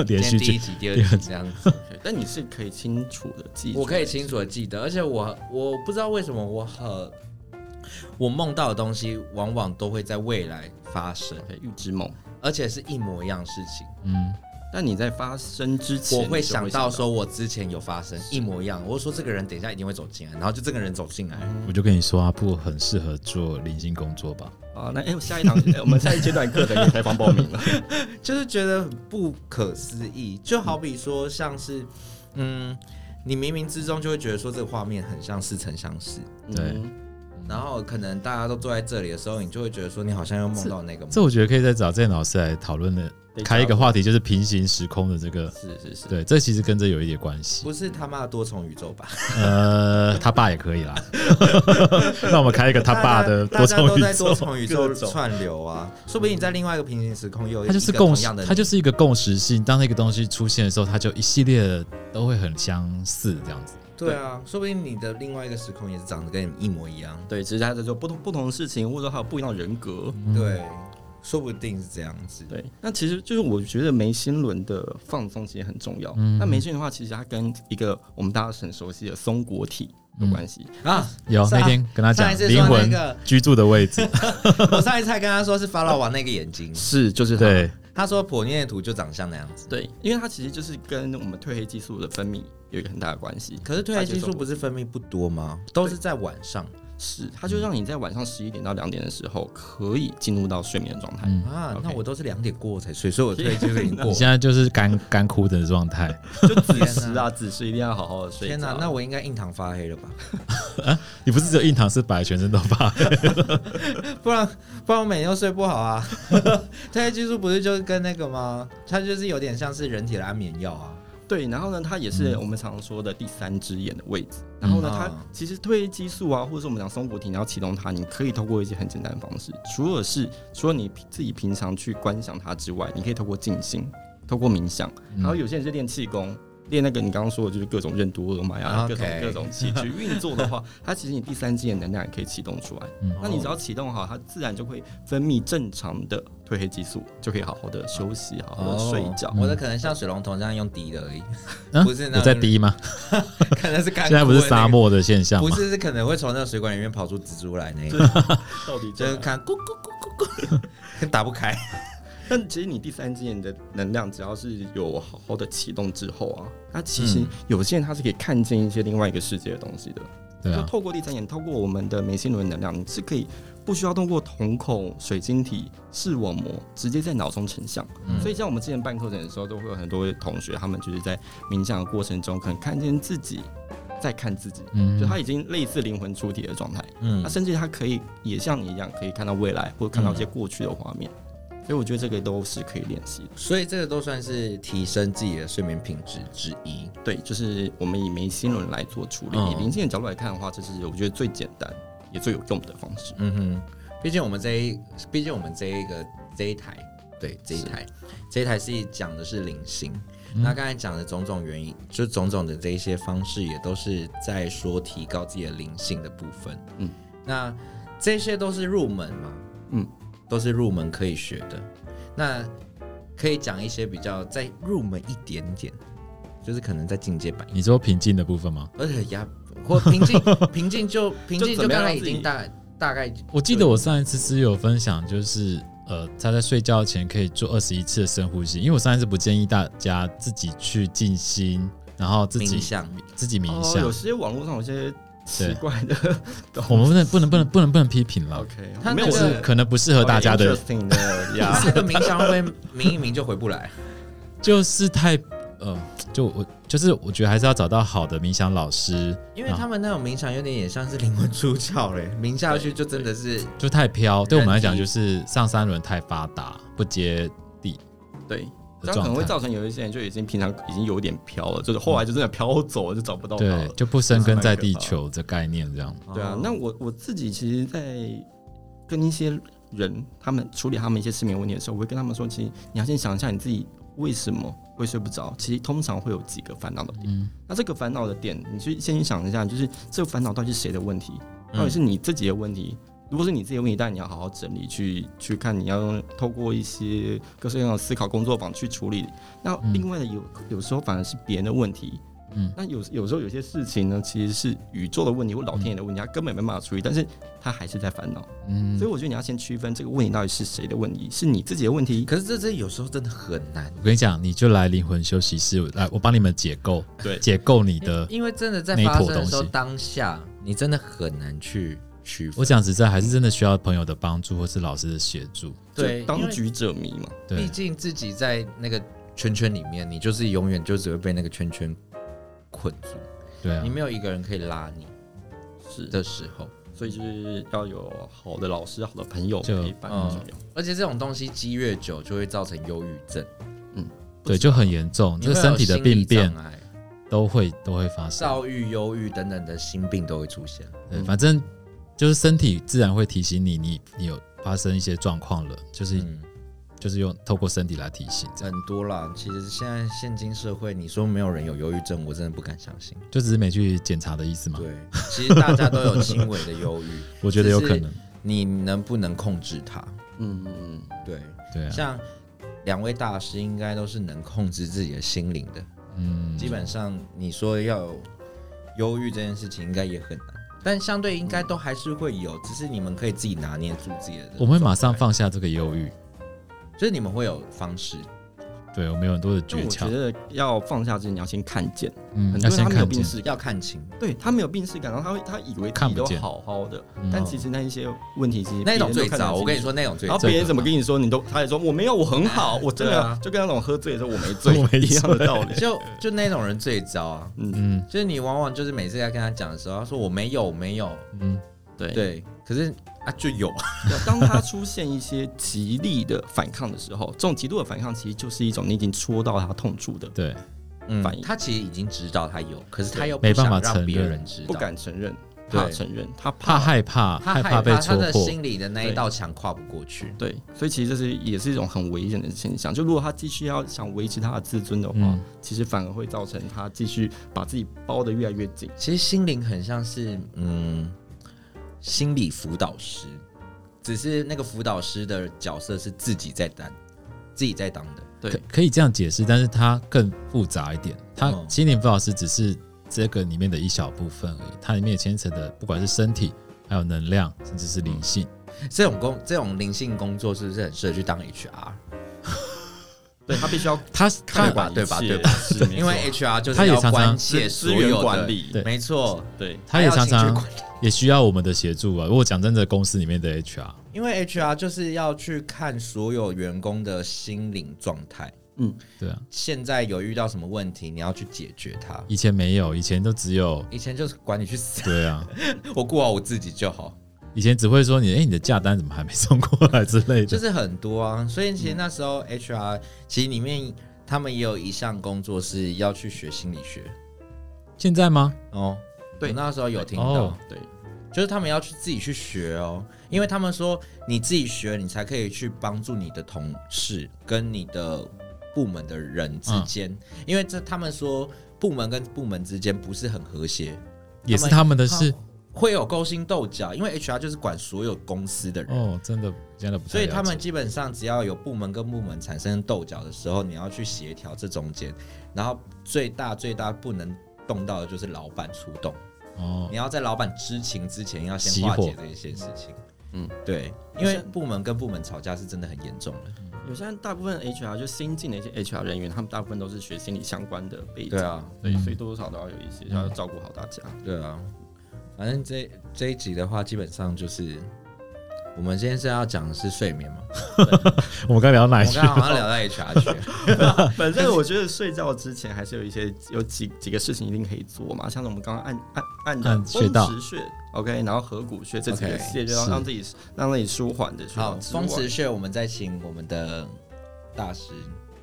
Speaker 2: 连
Speaker 1: 今天
Speaker 2: 续
Speaker 1: 第
Speaker 2: 剧
Speaker 1: 一集、第二集这样子，
Speaker 3: 但你是可以清楚的记住，
Speaker 1: 我可以清楚的记得，而且我我不知道为什么我很。我梦到的东西往往都会在未来发生，
Speaker 3: OK，预知梦。
Speaker 1: 而且是一模一样的事情。
Speaker 2: 嗯，
Speaker 3: 但你在发生之前，
Speaker 1: 我
Speaker 3: 你就
Speaker 1: 会
Speaker 3: 会
Speaker 1: 想到说，我之前有发生一模一样。我说这个人等一下一定会走进来，然后就这个人走进来。
Speaker 2: 我就跟你说啊，不很适合做灵性工作吧？
Speaker 3: 啊，那哎、我下一堂、哎我们下一阶段课程可以开放报名了。
Speaker 1: 就是觉得很不可思议，就好比说像是，嗯，你冥冥之中就会觉得说这个画面很像似曾相识，
Speaker 2: 对
Speaker 3: 嗯
Speaker 1: 然后可能大家都坐在这里的时候，你就会觉得说你好像又梦到那个梦
Speaker 2: 这。我觉得可以再找郑老师来讨论的，开一个话题，就是平行时空的这个。
Speaker 3: 是是是，
Speaker 2: 对，这其实跟这有一点关系。
Speaker 1: 不是他妈的多重宇宙吧？
Speaker 2: 呃，他爸也可以啦。 那我们开一个他爸的
Speaker 1: 大
Speaker 2: 多
Speaker 1: 家大家
Speaker 2: 重
Speaker 1: 都
Speaker 2: 宇
Speaker 1: 在多
Speaker 2: 宙。
Speaker 1: 重宇
Speaker 3: 各
Speaker 1: 宙
Speaker 3: 种
Speaker 1: 串流啊，说不定你在另外一个平行时空又有
Speaker 2: 它就
Speaker 1: 一
Speaker 2: 是
Speaker 1: 个
Speaker 2: 共
Speaker 1: 同
Speaker 2: 识
Speaker 1: 样的，你，
Speaker 2: 它就是一个共识性。当那个东西出现的时候，它就一系列的都会很相似，这样子。
Speaker 1: 对啊，说不定你的另外一个时空也是长得跟你一模一样。
Speaker 3: 对，只是他在做不同不同的事情，或者说还有不一样的人格。
Speaker 2: 嗯
Speaker 1: 对，说不定是这样子。
Speaker 3: 对，那其实就是我觉得眉心轮的放松其实很重要。
Speaker 2: 嗯
Speaker 3: 那眉心的话，其实它跟一个我们大家很熟悉的松果体有关系。
Speaker 1: 啊，
Speaker 2: 有
Speaker 1: 上
Speaker 2: 那天跟他讲
Speaker 1: 上一次说
Speaker 2: 灵魂
Speaker 1: 那个
Speaker 2: 居住的位 置，
Speaker 1: 我上一次还跟他说是法老王那个眼睛，
Speaker 3: 是，就是它
Speaker 2: 对，
Speaker 1: 他说普涅图就长相那样子。
Speaker 3: 对，因为它其实就是跟我们褪黑激素的分泌有一个很大的关系。
Speaker 1: 可是褪黑激素不是分泌不多吗？都是在晚上
Speaker 3: 是，它就让你在晚上十一点到两点的时候可以进入到睡眠的状态。
Speaker 2: 嗯，
Speaker 1: 啊。
Speaker 3: OK
Speaker 1: 那我都是两点过才睡，所以我褪黑激素已经
Speaker 2: 你
Speaker 1: 过。
Speaker 2: 现在就是干干枯的状态，
Speaker 3: 就子时啊，子时一定要好好的睡觉。啊
Speaker 1: 天哪、那我应该印堂发黑了吧？
Speaker 2: 你不是只有印堂是白，全身都白，
Speaker 1: 不然不然我每天都睡不好 啊。褪黑激素不是就是跟那个吗？它就是有点像是人体的安眠药啊。
Speaker 3: 对，然后呢，它也是我们常说的第三只眼的位置。然后呢，
Speaker 1: 嗯
Speaker 3: 它其实褪黑激素啊，或者是我们讲松果体，你要启动它，你可以透过一些很简单的方式，除了是除了你自己平常去观想它之外，你可以透过静心，透过冥想，
Speaker 1: 嗯
Speaker 3: 然后有些人是练气功。练那个你刚刚说的，就是各种任督二脉啊，各种
Speaker 1: OK
Speaker 3: 各种气去运作的话，它其实你第三只眼能量也可以启动出来。
Speaker 2: 嗯
Speaker 3: 那你
Speaker 1: 哦
Speaker 3: 只要启动好，它自然就会分泌正常的褪黑激素，就可以好好的休息，好
Speaker 2: 哦
Speaker 3: 好的睡觉。
Speaker 1: 我的可能像水龙头这样用滴的 而已，
Speaker 2: 嗯
Speaker 1: 不是那
Speaker 2: 有在滴吗？
Speaker 1: 可能是干、
Speaker 2: 现在不是沙，漠的现象
Speaker 1: 不
Speaker 2: 吗？
Speaker 1: 是是可能会从那个水管里面跑出蜘蛛来那
Speaker 3: 就
Speaker 1: 个，
Speaker 3: 是到底
Speaker 1: 就是看咕咕咕咕咕，打不开。
Speaker 3: 但其实你第三只眼的能量，只要是有好好的启动之后啊，它其实
Speaker 1: 嗯
Speaker 3: 有些人他是可以看见一些另外一个世界的东西的。
Speaker 2: 对
Speaker 3: 就
Speaker 2: 啊，
Speaker 3: 透过第三眼，透过我们的眉心轮能量，你是可以不需要通过瞳孔、水晶体、视网膜，直接在脑中成像。
Speaker 1: 嗯
Speaker 3: 所以像我们之前办课程的时候，都会有很多同学，他们就是在冥想的过程中，可能看见自己在看自己，
Speaker 2: 嗯
Speaker 3: 就他已经类似灵魂出体的状态。
Speaker 1: 嗯
Speaker 3: 那甚至他可以也像你一样，可以看到未来或者看到一些过去的画面。
Speaker 1: 嗯
Speaker 3: 所以我觉得这个都是可以练习的。
Speaker 1: 所以这个都算是提升自己的睡眠品质之一。
Speaker 3: 对，就是我们以眉心轮来做处理，
Speaker 1: 嗯
Speaker 3: 以灵性的角度来看的话，这是我觉得最简单也最有用的方式。
Speaker 1: 嗯哼，毕竟我们这一，毕竟我们这一个这一台，对这一台，这一台是讲的是灵性。
Speaker 3: 嗯
Speaker 1: 那刚才讲的种种原因，就种种的这一些方式，也都是在说提高自己的灵性的部分。嗯
Speaker 3: 嗯，
Speaker 1: 那这些都是入门嘛，嗯
Speaker 3: 嗯，
Speaker 1: 都是入门可以学的。那可以讲一些比较再入门一点点，就是可能再进阶版一点
Speaker 2: 你说平静的部分吗？
Speaker 1: 而且呀，或平 静平静就平静
Speaker 3: 就
Speaker 1: 就
Speaker 3: 怎么样
Speaker 1: 刚才
Speaker 3: 让
Speaker 1: 已
Speaker 3: 自己
Speaker 1: 经大大概
Speaker 2: 我记得我上一次是有分享，就是呃，他在睡觉前可以做二十一次的深呼吸，因为我上一次不建议大家自己去静心，然后自
Speaker 1: 冥
Speaker 2: 己
Speaker 1: 想
Speaker 2: 自己冥
Speaker 3: 哦，
Speaker 2: 想
Speaker 3: 有，些网络上有些奇怪的 东
Speaker 2: 我们不能不能不能不能不能批评了，
Speaker 3: ，OK，
Speaker 1: 他
Speaker 3: 没有
Speaker 1: 那
Speaker 2: 就
Speaker 1: 个
Speaker 2: 是可能不适合大家的，
Speaker 3: 哦 interesting 的
Speaker 1: 他
Speaker 3: 呀。
Speaker 1: 那个冥想会不会冥一冥就回不来，
Speaker 2: 就是太呃，就我就是我觉得还是要找到好的冥想老师，
Speaker 1: 因为他
Speaker 2: 啊
Speaker 1: 们那种冥想有点也像是灵魂出窍嘞，冥下去就真的是
Speaker 2: 就太飘，对我们来讲
Speaker 1: 人体
Speaker 2: 就是上三轮太发达，不接地
Speaker 3: 对，这
Speaker 2: 的
Speaker 3: 样可能
Speaker 2: 状
Speaker 3: 会
Speaker 2: 态，
Speaker 3: 造成有一些人就已经平常已经有点飘了，就是后来就真的飘走了，就找不到他
Speaker 2: 对
Speaker 3: 了，。
Speaker 2: 就不生根在地
Speaker 3: 这是蛮
Speaker 2: 球的概念这样，
Speaker 3: 对啊
Speaker 1: 哦，
Speaker 3: 那我我自己其实，在跟一些人他们处理他们一些失眠问题的时候，我会跟他们说，其实你要先想一下你自己为什么会睡不着。其实通常会有几个烦恼的点，
Speaker 2: 嗯
Speaker 3: 那这个烦恼的点，你去先想一下，就是这个烦恼到底是谁的问题？
Speaker 1: 嗯
Speaker 3: 到底是你自己的问题？如果是你自己的问题，但你要好好整理，去去看，你要用透过一些各式各样的思考工作坊去处理。那
Speaker 2: 嗯
Speaker 3: 另外的有有时候反而是别人的问题，
Speaker 2: 嗯，
Speaker 3: 那有有时候有些事情呢，其实是宇宙的问题或老天爷的问题，他根本没办法处理，但是他还是在烦恼。
Speaker 2: 嗯
Speaker 3: 所以我觉得你要先区分这个问题到底是谁的问题，是你自己的问题。
Speaker 1: 可是这这有时候真的很难，
Speaker 2: 我跟你讲，你就来灵魂休息室，来我帮你们解构，
Speaker 3: 对
Speaker 2: 解构你的。
Speaker 1: 因为真的在
Speaker 2: 那一
Speaker 1: 发
Speaker 2: 坨
Speaker 1: 生的时候
Speaker 2: 东西
Speaker 1: 当下，你真的很难去区
Speaker 2: 我
Speaker 1: 分。
Speaker 2: 讲实在，还是真的需要朋友的帮助或是老师的协助。
Speaker 1: 对，
Speaker 3: 就
Speaker 1: 因
Speaker 3: 当
Speaker 1: 为
Speaker 3: 局者迷嘛。
Speaker 2: 对
Speaker 1: 毕，竟自己在那个圈圈里面，你就是永远就只会被那个圈圈困住，
Speaker 2: 对啊
Speaker 1: 你，没有一个人可以拉你
Speaker 3: 是
Speaker 1: 的时候。
Speaker 3: 所以就是要有好的老师、好的朋友
Speaker 2: 就
Speaker 3: 陪伴
Speaker 1: 嗯
Speaker 3: 很重要。
Speaker 1: 而且这种东西积越久，就会造成忧郁症，
Speaker 2: 对，就很严重，
Speaker 1: 你
Speaker 2: 哦这
Speaker 1: 会有
Speaker 2: 身体的
Speaker 1: 心理
Speaker 2: 病变
Speaker 1: 障碍、
Speaker 2: 都会都会发生。
Speaker 1: 躁郁、忧郁等等的心病都会出现。
Speaker 2: 对，反正就是身体自然会提醒你，你你有发生一些状况了，就是
Speaker 1: 嗯，
Speaker 2: 就是用透过身体来提醒，这样
Speaker 1: 很多啦。其实现在现今社会，你说没有人有忧郁症，我真的不敢相信。
Speaker 2: 就只是没去检查的意思嘛？
Speaker 1: 对，其实大家都有轻微的忧郁，
Speaker 2: 我觉得有可
Speaker 1: 只
Speaker 2: 能，
Speaker 1: 你能不能控制它？
Speaker 3: 嗯嗯
Speaker 1: 对，
Speaker 2: 对啊，
Speaker 1: 像两位大师应该都是能控制自己的心灵的。
Speaker 2: 嗯，
Speaker 1: 基本上你说要有忧郁这件事情，应该也很难。但相对应该都还是会有，只是你们可以自己拿捏住自己的。
Speaker 2: 我们会马上，放下这个忧郁，
Speaker 1: 就是你们会有方式。
Speaker 3: 嗯
Speaker 2: 对我们有很多的
Speaker 3: 但
Speaker 2: 诀
Speaker 3: 我觉
Speaker 2: 窍，
Speaker 3: 得要放下之前，你要先看见，
Speaker 2: 嗯，
Speaker 3: 很
Speaker 2: 要
Speaker 3: 多人
Speaker 2: 先
Speaker 3: 他没有
Speaker 2: 看
Speaker 3: 病
Speaker 2: 见，
Speaker 3: 视感，
Speaker 1: 要看清，
Speaker 3: 对他没有病视感，然后他会他以为自
Speaker 2: 看
Speaker 3: 己
Speaker 2: 不
Speaker 3: 都
Speaker 2: 见
Speaker 3: 好好的，
Speaker 2: 嗯
Speaker 3: 但其实那一些问题其实
Speaker 1: 那种
Speaker 3: 别
Speaker 1: 最
Speaker 3: 人都
Speaker 1: 糟。
Speaker 3: 看得清楚啊
Speaker 1: 我跟你，说，那种最
Speaker 3: 然
Speaker 1: 糟
Speaker 3: 后。别人怎么跟你说，你都他也说我没有，我很好，我真
Speaker 1: 对
Speaker 3: 的、
Speaker 1: 啊
Speaker 3: 就跟那种喝醉的时候我没
Speaker 2: 我没
Speaker 3: 醉一样的
Speaker 2: 醉
Speaker 3: 道理。
Speaker 1: 就就那种人最糟啊！
Speaker 3: 嗯，
Speaker 2: 嗯
Speaker 1: 就是你往往就是每次在跟他讲的时候，他说我没有，我没有，
Speaker 2: 嗯，
Speaker 3: 对对。
Speaker 1: 对，可是啊就有啊，
Speaker 3: 当他出现一些极力的反抗的时候，这种极度的反抗其实就是一种你已经戳到他痛处的，
Speaker 2: 对，
Speaker 1: 嗯
Speaker 3: 反 应
Speaker 1: 他其实已经知道他有，可是他又不
Speaker 2: 没办法
Speaker 1: 想让
Speaker 2: 承
Speaker 1: 别
Speaker 2: 认
Speaker 1: 人知道，
Speaker 3: 不敢承认，
Speaker 1: 对
Speaker 3: 怕承认，他怕
Speaker 2: 怕害怕，
Speaker 1: 他
Speaker 2: 害
Speaker 1: 害怕
Speaker 2: 被
Speaker 1: 他
Speaker 2: 戳
Speaker 1: 的
Speaker 2: 破，
Speaker 1: 心里的那一道墙跨不过去。
Speaker 3: 对，所以其实这是也是一种很危险的现象。就如果他继续要想维持他的自尊的话，
Speaker 2: 嗯
Speaker 3: 其实反而会造成他继续把自己包得越来越紧。
Speaker 1: 其实心灵很像是嗯心理辅导师，只是那个辅导师的角色是自己在担，自己在当的。
Speaker 2: 可
Speaker 3: 对，
Speaker 2: 可以这样解释，但是它更复杂一点。它
Speaker 1: 嗯
Speaker 2: 心灵辅导师只是这个里面的一小部分而已，它里面也牵扯的不管是身体，还有能量，甚至是灵性。
Speaker 1: 嗯这种工这种灵性工作是不是很适合去当 HR？
Speaker 3: 对他必 须要
Speaker 2: 它
Speaker 1: 看
Speaker 2: 它
Speaker 1: 得吧
Speaker 3: 管
Speaker 1: 对
Speaker 3: 一
Speaker 1: 吧
Speaker 3: 切
Speaker 1: 对吧
Speaker 3: 是没错
Speaker 1: 因为 HR 就
Speaker 2: 他
Speaker 1: 是
Speaker 2: 也
Speaker 1: 要
Speaker 2: 常常
Speaker 1: 关
Speaker 3: 资
Speaker 1: 切所
Speaker 3: 资
Speaker 1: 有
Speaker 3: 源
Speaker 1: 的
Speaker 3: 管，理，
Speaker 2: 对
Speaker 1: 没错，
Speaker 3: 对
Speaker 2: 它也
Speaker 1: 还要
Speaker 2: 常
Speaker 1: 情绪
Speaker 2: 常
Speaker 1: 管理
Speaker 2: 也需要我们的协助啊。如果讲真的，公司里面的 HR，
Speaker 1: 因为 HR 就是要去看所有员工的心灵状态，
Speaker 3: 嗯
Speaker 2: 对啊，
Speaker 1: 现在有遇到什么问题，你要去解决它。
Speaker 2: 以前没有，以前都只有
Speaker 1: 以前就是管你去死，
Speaker 2: 对啊，
Speaker 1: 我顾好我自己就好，
Speaker 2: 以前只会说你哎、你的假单怎么还没送过来之类
Speaker 1: 就
Speaker 2: 的。
Speaker 1: 是很多啊。所以其实那时
Speaker 2: 嗯
Speaker 1: 候 HR 其实里面他们也有一项工作是要去学心理学
Speaker 2: 现在吗？
Speaker 1: 哦。
Speaker 3: 对
Speaker 1: 我那时候有听到
Speaker 2: 哦，，
Speaker 3: 对
Speaker 1: 就是他们要去自己去学哦，因为他们说你自己学，你才可以去帮助你的同事跟你的部门的人之间，
Speaker 2: 嗯
Speaker 1: 因为这他们说部门跟部门之间不是很和谐，
Speaker 2: 也是他们的事
Speaker 1: 会有勾心斗角，因为 HR 就是管所有公司的人。
Speaker 2: 哦，真的真的不太了解。
Speaker 1: 所以他们基本上只要有部门跟部门产生斗角的时候，你要去协调这中间，然后最大最大不能动到的就是老板出动。
Speaker 2: 哦
Speaker 1: 你要在老板知情之前，要先化
Speaker 2: 熄火
Speaker 1: 解这一些事情。嗯
Speaker 3: 嗯，
Speaker 1: 对，因为部门跟部门吵架是真的很严重的。
Speaker 3: 有些人大部分 HR 就新进的一些 HR 人员，他们大部分都是学心理相关的背景，
Speaker 1: 对啊，
Speaker 3: 所以
Speaker 2: 嗯
Speaker 3: 所以多多少少都要有一些要照顾好大家。
Speaker 1: 对啊，反正这这一集的话，基本上就是我们今天是要讲的是睡眠嘛。
Speaker 2: 我们刚聊到
Speaker 1: 我
Speaker 2: 哪里
Speaker 1: 们
Speaker 2: 去
Speaker 1: 刚？刚好像聊到 HR 去了，
Speaker 3: 反正我觉得睡觉之前还是有一些有几几个事情一定可以做嘛，像是我们刚刚按按按的
Speaker 2: 按穴道
Speaker 3: 风池穴，OK，然后合谷穴这几
Speaker 1: OK，
Speaker 3: 个穴就让
Speaker 2: 是
Speaker 3: 让自己让自己舒缓的去
Speaker 1: 好，风池
Speaker 3: 池
Speaker 1: 穴，我们再请我们的大师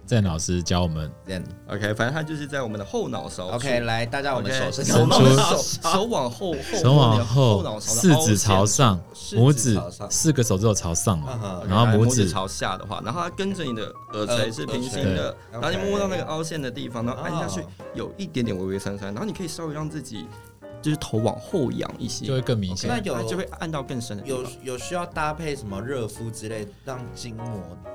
Speaker 2: 郑老师教我们
Speaker 1: Zen。
Speaker 3: ，OK，反正它就是在我们的后脑勺
Speaker 1: 哦 OK，来，大家我们手伸
Speaker 3: OK，
Speaker 1: 出
Speaker 2: 伸
Speaker 1: 来
Speaker 2: 出
Speaker 3: 手手往后后
Speaker 2: 手往
Speaker 3: 后
Speaker 2: 后
Speaker 3: 脑，勺的
Speaker 2: 四
Speaker 3: 凹
Speaker 2: 指
Speaker 3: 陷
Speaker 2: 朝上，
Speaker 1: 四指
Speaker 2: 拇指
Speaker 1: 朝上
Speaker 2: 四个手指头朝上啊嘛，
Speaker 1: 嗯哼
Speaker 2: 然后
Speaker 3: 来
Speaker 2: 拇
Speaker 3: 拇
Speaker 2: 指呃
Speaker 3: 朝下的话，然后它跟着你的耳垂是平行的，
Speaker 1: 耳
Speaker 3: 然
Speaker 1: 垂
Speaker 3: 后
Speaker 1: 对
Speaker 3: 你摸到那个凹陷的地方，然后按下去
Speaker 1: 哦
Speaker 3: 有一点点微微酸酸，然后你可以稍微让自己就是头往后仰一
Speaker 1: 嗯
Speaker 3: 些，
Speaker 2: 就会更明显
Speaker 1: 那。
Speaker 3: 它就会
Speaker 1: 有
Speaker 3: 按到更深的地
Speaker 1: 有
Speaker 3: 方。
Speaker 1: 有需要搭配什么热敷之类，让筋膜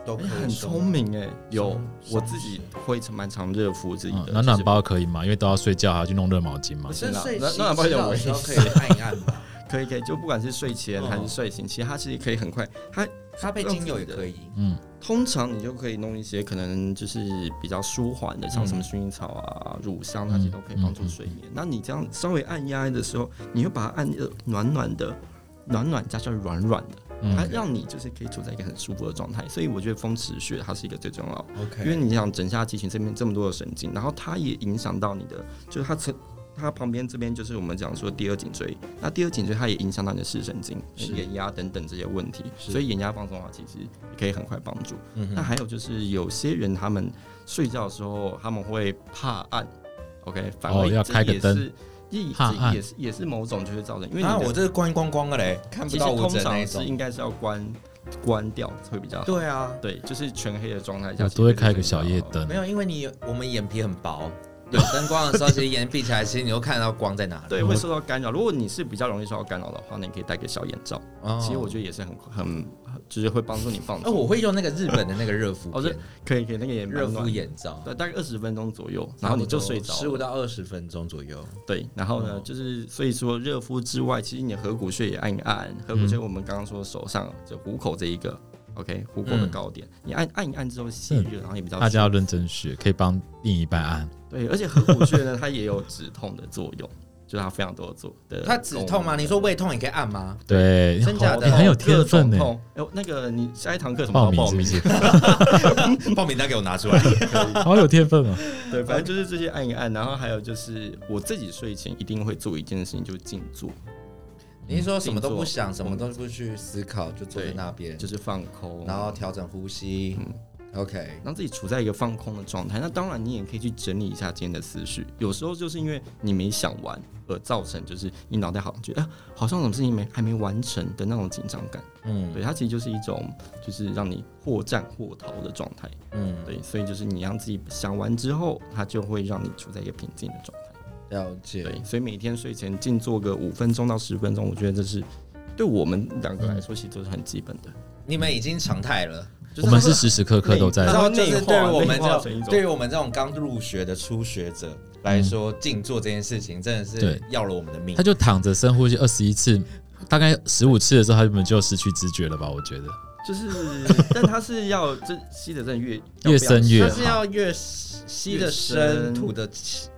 Speaker 1: 都可
Speaker 3: 哎
Speaker 1: 以
Speaker 3: 很
Speaker 1: 松
Speaker 3: 聪明哎，有
Speaker 1: 松
Speaker 3: 我自己会蛮常热敷自己
Speaker 2: 嗯
Speaker 3: 的，
Speaker 2: 暖暖包可以吗？因为都要睡觉，还要去弄热毛巾嘛
Speaker 1: 我。是
Speaker 3: 是啦
Speaker 1: 睡
Speaker 3: 那
Speaker 1: 醒
Speaker 3: 那不
Speaker 1: 洗
Speaker 3: 然
Speaker 1: 澡
Speaker 3: 我
Speaker 1: 的
Speaker 3: 也
Speaker 1: 时候可以
Speaker 3: 是
Speaker 1: 按一按 吧，
Speaker 3: 就是可以可以，就不管是睡前
Speaker 1: 嗯
Speaker 3: 还是睡醒，其实它其实可以很快。它
Speaker 1: 搭配精油也可以。
Speaker 2: 嗯，
Speaker 3: 通常你就可以弄一些可能就是比较舒缓的，
Speaker 2: 嗯
Speaker 3: 像什么薰衣草啊、乳香，它其实都可以帮助睡眠。那你这样稍微按压的时候，你会把它按的暖暖的。暖暖加上软软的，
Speaker 2: 嗯
Speaker 3: 它让你就是可以处在一个很舒服的状态，所以我觉得风池穴它是一个最重要的
Speaker 1: OK，
Speaker 2: 哎
Speaker 3: 因为你想整下肌群这边这么多的神经，然后它也影响到你的，就是它曾它旁边这边就是我们讲说第二颈椎，那第二颈椎它也影响到你的视神经、
Speaker 1: 是
Speaker 3: 眼压等等这些问题，
Speaker 1: 是
Speaker 3: 所以眼压放松的话，其实也可以很快帮助。
Speaker 1: 嗯
Speaker 3: 那
Speaker 1: 哼
Speaker 3: 还有就是有些人他们睡觉的时候他们会怕暗，OK，反而
Speaker 2: 哦要
Speaker 3: 这
Speaker 2: 开个
Speaker 3: 也
Speaker 2: 灯
Speaker 3: 是，也
Speaker 2: 怕
Speaker 3: 也
Speaker 2: 暗
Speaker 3: 也是也是某种就是造成，因为你
Speaker 1: 啊，
Speaker 3: 的
Speaker 1: 我这是关光光的嘞，看不
Speaker 3: 其实
Speaker 1: 到我
Speaker 3: 通
Speaker 1: 整那一
Speaker 3: 常是
Speaker 1: 种
Speaker 3: 应该是要关关掉会比较好。
Speaker 1: 对啊，
Speaker 3: 对，就是全黑的状态下
Speaker 2: 我，都会开个小夜
Speaker 3: 灯。
Speaker 2: 灯
Speaker 1: 没。有，因为你我们眼皮很薄，有灯光的时候，其实眼睛闭起来，其实你都看得到光在哪里。
Speaker 3: 对，会受到干扰。如果你是比较容易受到干扰的话，那你可以戴个小眼罩。
Speaker 1: 哦，
Speaker 3: 其实我觉得也是很很，就是会帮助你放
Speaker 1: 哦，
Speaker 3: 松。
Speaker 1: 我会用那个日本的那个热敷
Speaker 3: 哦
Speaker 1: 片，
Speaker 3: 可以，可以，那个也
Speaker 1: 热
Speaker 3: 蛮
Speaker 1: 敷
Speaker 3: 暖。
Speaker 1: 眼罩，
Speaker 3: 对，大概二十分钟左右，然后你就睡着了。
Speaker 1: 十五到二十分钟左右。
Speaker 3: 对，然后呢，
Speaker 1: 哦
Speaker 3: 就是所以说热敷之外，其实你的合谷穴也按一按。合
Speaker 1: 嗯
Speaker 3: 谷穴我们刚刚说手上就虎口这一个，OK，虎口
Speaker 1: 嗯
Speaker 3: 的高点，你按按一按之后吸热，然后也比较
Speaker 2: 大家要
Speaker 3: 舒
Speaker 2: 认真学，可以帮另一半按。
Speaker 3: 服对，而且合谷穴呢，它也有止痛的作用，就是它非常多的作的功能。
Speaker 1: 它止痛吗？你说胃痛也可以按 吗？
Speaker 2: 对，
Speaker 1: 真假的
Speaker 2: 你
Speaker 3: 头
Speaker 2: 很有
Speaker 3: 各
Speaker 2: 天
Speaker 3: 种
Speaker 1: 欸
Speaker 2: 分呢。
Speaker 3: 痛哎呦，那个你下一堂课什 么时
Speaker 2: 报
Speaker 3: 候
Speaker 2: 名
Speaker 3: 报
Speaker 2: 是不
Speaker 3: 名？
Speaker 2: 是？
Speaker 1: 报名单给我拿出来。
Speaker 2: 好有天分哦。
Speaker 3: 对，反
Speaker 1: 嗯
Speaker 3: 正就是这些按一按，然后还有就是我自己睡前一定会做一件事情，就是静坐，
Speaker 1: 你是说什么都不想，
Speaker 3: 静
Speaker 1: 什
Speaker 3: 坐
Speaker 1: 么都不去思考，就坐在那边
Speaker 3: 嗯就，是嗯放空，
Speaker 1: 然后调整呼吸。OK，
Speaker 3: 让自己处在一个放空的状态。那当然，你也可以去整理一下今天的思绪。有时候就是因为你没想完，而造成就是你脑袋好像觉得啊，好像什么事情没还没完成的那种紧张感。
Speaker 1: 嗯
Speaker 3: 对，它其实就是一种就是让你或战或逃的状态。
Speaker 1: 嗯，
Speaker 3: 对，所以就是你让自己想完之后，它就会让你处在一个平静的状态。
Speaker 1: 了解。
Speaker 3: 对，所以每天睡前静坐个五分钟到十分钟，我觉得这是对我们两
Speaker 2: 嗯
Speaker 3: 个来说，其实都是很基本的。
Speaker 1: 你们已经常态了，
Speaker 3: 就
Speaker 2: 我
Speaker 3: 它
Speaker 2: 们
Speaker 3: 会
Speaker 2: 是时时刻刻都在
Speaker 1: 然
Speaker 3: 它
Speaker 1: 后
Speaker 3: 会
Speaker 1: 就是
Speaker 3: 内化
Speaker 1: 对于我们
Speaker 3: 内化
Speaker 1: 这
Speaker 3: 成一
Speaker 1: 种
Speaker 3: 种
Speaker 1: 对于我们这种刚入学的初学者来说，静坐这件事情真的是
Speaker 2: 嗯对
Speaker 1: 要了我们的命
Speaker 2: 他。就躺着深呼吸二十一次，大概十五次的时候，他们就失去知觉了吧？我觉得
Speaker 3: 就是，但它是要这吸的真的越
Speaker 2: 越深越
Speaker 1: 它
Speaker 2: 好
Speaker 1: 是要越吸的
Speaker 3: 越
Speaker 1: 深，
Speaker 3: 深
Speaker 1: 吐的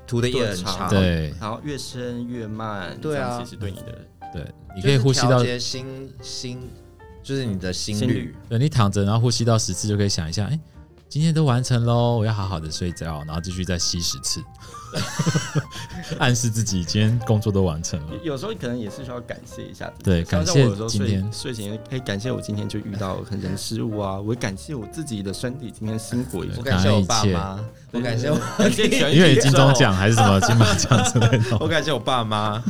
Speaker 1: 吐的也很长。
Speaker 2: 对
Speaker 3: 然后越深越慢，
Speaker 1: 对啊
Speaker 3: 这样其实对你的
Speaker 2: 对，
Speaker 1: 你
Speaker 2: 你可以呼吸到，
Speaker 1: 节心心，就是你的心
Speaker 3: 心
Speaker 1: 率
Speaker 3: 率。
Speaker 2: 对你躺着，然后呼吸到十次就可以想一下，哎、今天都完成喽，我要好好的睡觉，然后继续再吸十次， 暗示自己今天工作都完成了。
Speaker 3: 有有时候可能也是需要感谢一下自己。
Speaker 2: 嗯对，
Speaker 3: 像
Speaker 2: 感
Speaker 3: 像
Speaker 2: 谢
Speaker 3: 我有时候
Speaker 2: 今
Speaker 3: 睡
Speaker 2: 天，
Speaker 3: 睡前，哎，感谢我今天就遇到很人事物啊，我也感谢我自己的身体今天辛苦一
Speaker 1: 我
Speaker 3: 下，
Speaker 1: 感谢我爸妈，我
Speaker 3: 对
Speaker 1: 感谢我，，
Speaker 3: 感谢 全
Speaker 2: 因为
Speaker 3: 体
Speaker 2: 金
Speaker 3: 之后
Speaker 2: 钟奖还是什么金马奖之类的
Speaker 1: 我感谢我爸妈。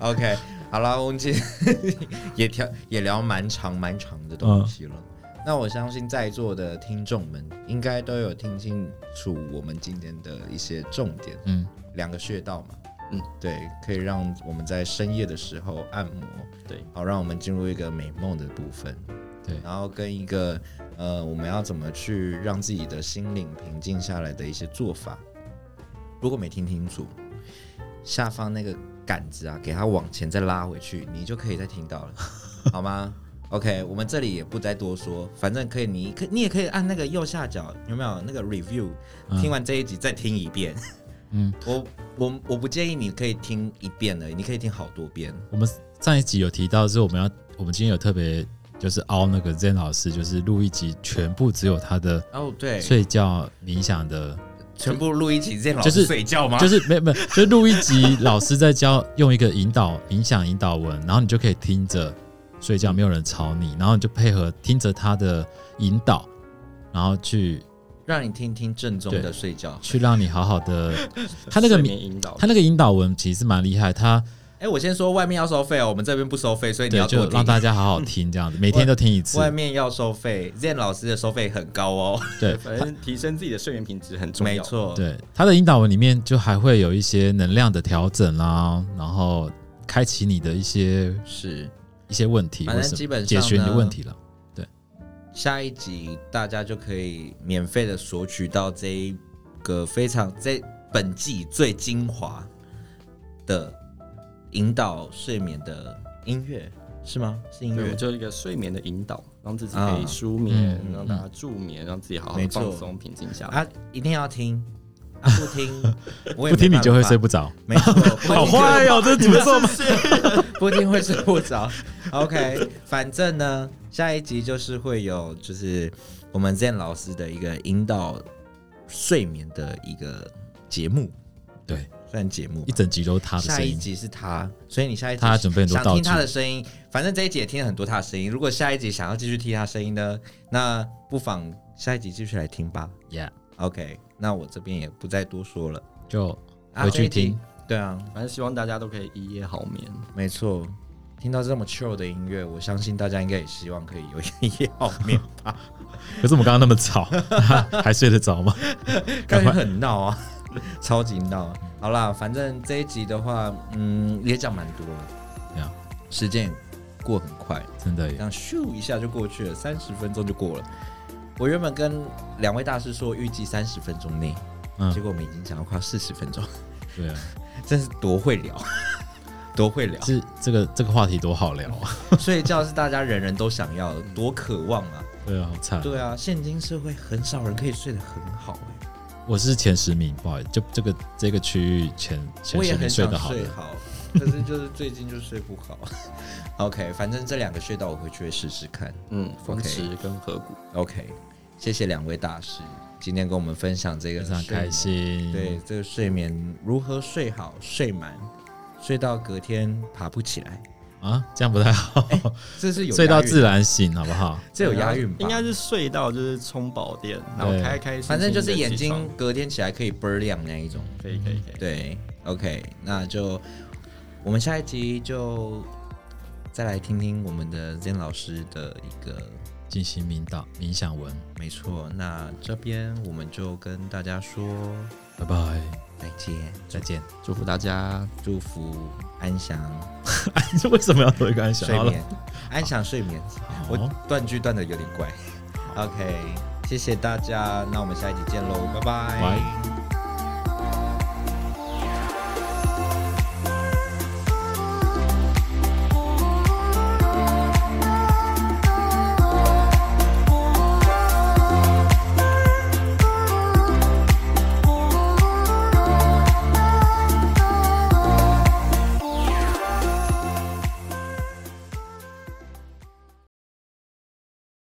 Speaker 1: OK，好了，我们今天 也聊也聊蛮长蛮长的东西了。那我相信在座的听众们应该都有听清楚我们今天的一些重点，
Speaker 2: 嗯，
Speaker 1: 两个穴道嘛，
Speaker 3: 嗯，
Speaker 1: 对，可以让我们在深夜的时候按摩，
Speaker 3: 对，
Speaker 1: 好让我们进入一个美梦的部分，
Speaker 2: 对
Speaker 1: 然后跟一个呃，我们要怎么去让自己的心灵平静下来的一些做法。如果没听清楚，下方那个杆子啊，给它往前再拉回去，你就可以再听到了，好吗？OK，我们这里也不再多说，反正可以，你可你也可以按那个右下角有没有那个 review，、
Speaker 2: 嗯
Speaker 1: 听完这一集再听一遍。
Speaker 2: 嗯，
Speaker 1: 我我我不建议你可以听一遍而已，你可以听好多遍。
Speaker 2: 我们上一集有提到，是我们要，我们今天有特别就是凹那个 Zen 老师，就是录一集全部只有他的
Speaker 1: 哦，对
Speaker 2: 睡觉冥想的，
Speaker 1: 全部录一起，这样老
Speaker 2: 就
Speaker 1: 师
Speaker 2: 是
Speaker 1: 睡觉吗？
Speaker 2: 就是没有没有，就是录一集老师在教用一个引导冥想引导文，然后你就可以听着睡觉，没有人吵你，然后你就配合听着他的引导，然后去
Speaker 1: 让你听听正宗的
Speaker 2: 对
Speaker 1: 睡觉。
Speaker 2: 去让你好好的， 他那个
Speaker 3: 睡
Speaker 2: 冥
Speaker 3: 眠引导
Speaker 2: 他那个引导文其实蛮厉害，他
Speaker 1: 哎，我先说外面要收费哦，我们这边不收费，所以你
Speaker 2: 对
Speaker 1: 要多
Speaker 2: 就让
Speaker 1: 听。
Speaker 2: 大家好好听这样子，每天都听一次，
Speaker 1: 外面要收费，Zen 老师的收费很高哦。
Speaker 2: 对，
Speaker 3: 反正提升自己的睡眠品质很重要。
Speaker 1: 没错，
Speaker 2: 对，它的引导文里面就还会有一些能量的调整啦，然后开启你的一些
Speaker 1: 是。
Speaker 2: 一些问题，
Speaker 1: 反
Speaker 2: 或
Speaker 1: 正
Speaker 2: 是
Speaker 1: 基本上
Speaker 2: 解决你的
Speaker 1: 呢
Speaker 2: 问题了。
Speaker 1: 下一集大家就可以免费的索取到这一个非常这本季最精华的引导睡眠的音乐，是吗？是音
Speaker 3: 对，我
Speaker 1: 乐
Speaker 3: 们。就是一个睡眠的引导，让自己可以舒眠，让大家助眠，让自己好好
Speaker 1: 啊嗯没
Speaker 3: 地
Speaker 1: 错
Speaker 3: 放松、平静下来。
Speaker 1: 啊，一定要听， 啊不听，我也
Speaker 2: 不听
Speaker 1: 没
Speaker 2: 你就会
Speaker 1: 办法
Speaker 2: 睡，不着，
Speaker 1: 没错，
Speaker 2: 好
Speaker 1: 不听
Speaker 2: 坏哦，这怎么做？
Speaker 1: 不听会睡不着。OK，反正呢，下一集就是会有就是我们 Zen 老师的一个引导睡眠的一个节目，
Speaker 2: 对，
Speaker 1: 算节目
Speaker 2: 一。整集都是他的
Speaker 1: 下
Speaker 2: 声
Speaker 1: 一
Speaker 2: 音，
Speaker 1: 集是他，所以你下一集
Speaker 2: 他准备很多
Speaker 1: 想
Speaker 2: 道
Speaker 1: 听
Speaker 2: 具
Speaker 1: 他，的声音，反正这一集也听了很多他的声音。如果下一集想要继续听他声音呢，那不妨下一集继续来听吧。
Speaker 2: yeah,
Speaker 1: OK，那我这边也不再多说了。
Speaker 2: 就
Speaker 1: 啊
Speaker 2: 回
Speaker 1: 这
Speaker 2: 去
Speaker 1: 一集
Speaker 2: 听。
Speaker 1: 对啊，
Speaker 3: 反正希望大家都可以一夜好眠。
Speaker 1: 没错。听到这么 chill 的音乐，我相信大家应该也希望可以有一夜好 眠，
Speaker 2: 可是我们刚刚那么 吵，还睡得着吗？
Speaker 1: 感
Speaker 2: 赶
Speaker 1: 觉
Speaker 2: 快
Speaker 1: 很闹啊， 超级闹。啊好啦，反正这一集的话，嗯，也讲蛮多了，
Speaker 2: 对啊
Speaker 1: 时间也过很快，
Speaker 2: 真的
Speaker 1: 这
Speaker 2: 耶，
Speaker 1: 样咻一下就过去了，三十分钟就过了。我原本跟两位大师说预计三十分钟内，
Speaker 2: 嗯
Speaker 1: 结果我们已经讲到快四十分钟，
Speaker 2: 对啊，
Speaker 1: 真是多会聊， 多会聊。
Speaker 2: 这这个这个话题多好聊啊！
Speaker 1: 睡觉是大家人人都想要的，多渴望啊！
Speaker 2: 对啊，好惨。
Speaker 1: 对啊，现今社会很少人可以睡得很好、欸，
Speaker 2: 我是前十名，不好意思，就这个这个区域前前
Speaker 1: 我也
Speaker 2: 十名
Speaker 1: 很
Speaker 2: 睡
Speaker 1: 想
Speaker 2: 得好
Speaker 1: 睡
Speaker 2: 的，
Speaker 1: 好，可是就是最近就睡不好。OK，反正这两个穴道我回去会试试看。
Speaker 3: 嗯，风
Speaker 1: OK
Speaker 3: 池跟河谷。
Speaker 1: OK，谢谢两位大师今天跟我们分享这个
Speaker 2: 非常
Speaker 1: 睡
Speaker 2: 开
Speaker 1: 眠
Speaker 2: 心。
Speaker 1: 对，这个睡眠如何睡好、睡满，睡到隔天爬不起来，
Speaker 2: 啊，这样不太好，
Speaker 1: 这是哎有
Speaker 2: 睡到
Speaker 1: 押韵
Speaker 2: 自，然醒，好不好？
Speaker 1: 这有押韵吧？
Speaker 3: 应该是睡到就是充饱电，然后
Speaker 2: 对
Speaker 3: 开开心心地起床，
Speaker 1: 反正就是眼睛隔天起来可以倍儿亮那一种。
Speaker 3: 可以可以可以。
Speaker 1: 对，OK，那就我们下一集就再来听听我们的 Zen 老师的一个。
Speaker 2: 进行冥祷冥想文，
Speaker 1: 没错，那这边我们就跟大家说
Speaker 2: 拜拜，
Speaker 1: 再见，
Speaker 2: 再见。
Speaker 3: 祝福大家，
Speaker 1: 祝福安详
Speaker 2: 这为什么要多一个安详？
Speaker 1: 睡
Speaker 2: 好了
Speaker 1: 眠，安详睡眠。
Speaker 2: 好
Speaker 1: 我断句断的有点怪。OK，谢谢大家，那我们下一集见喽，拜拜。
Speaker 2: 拜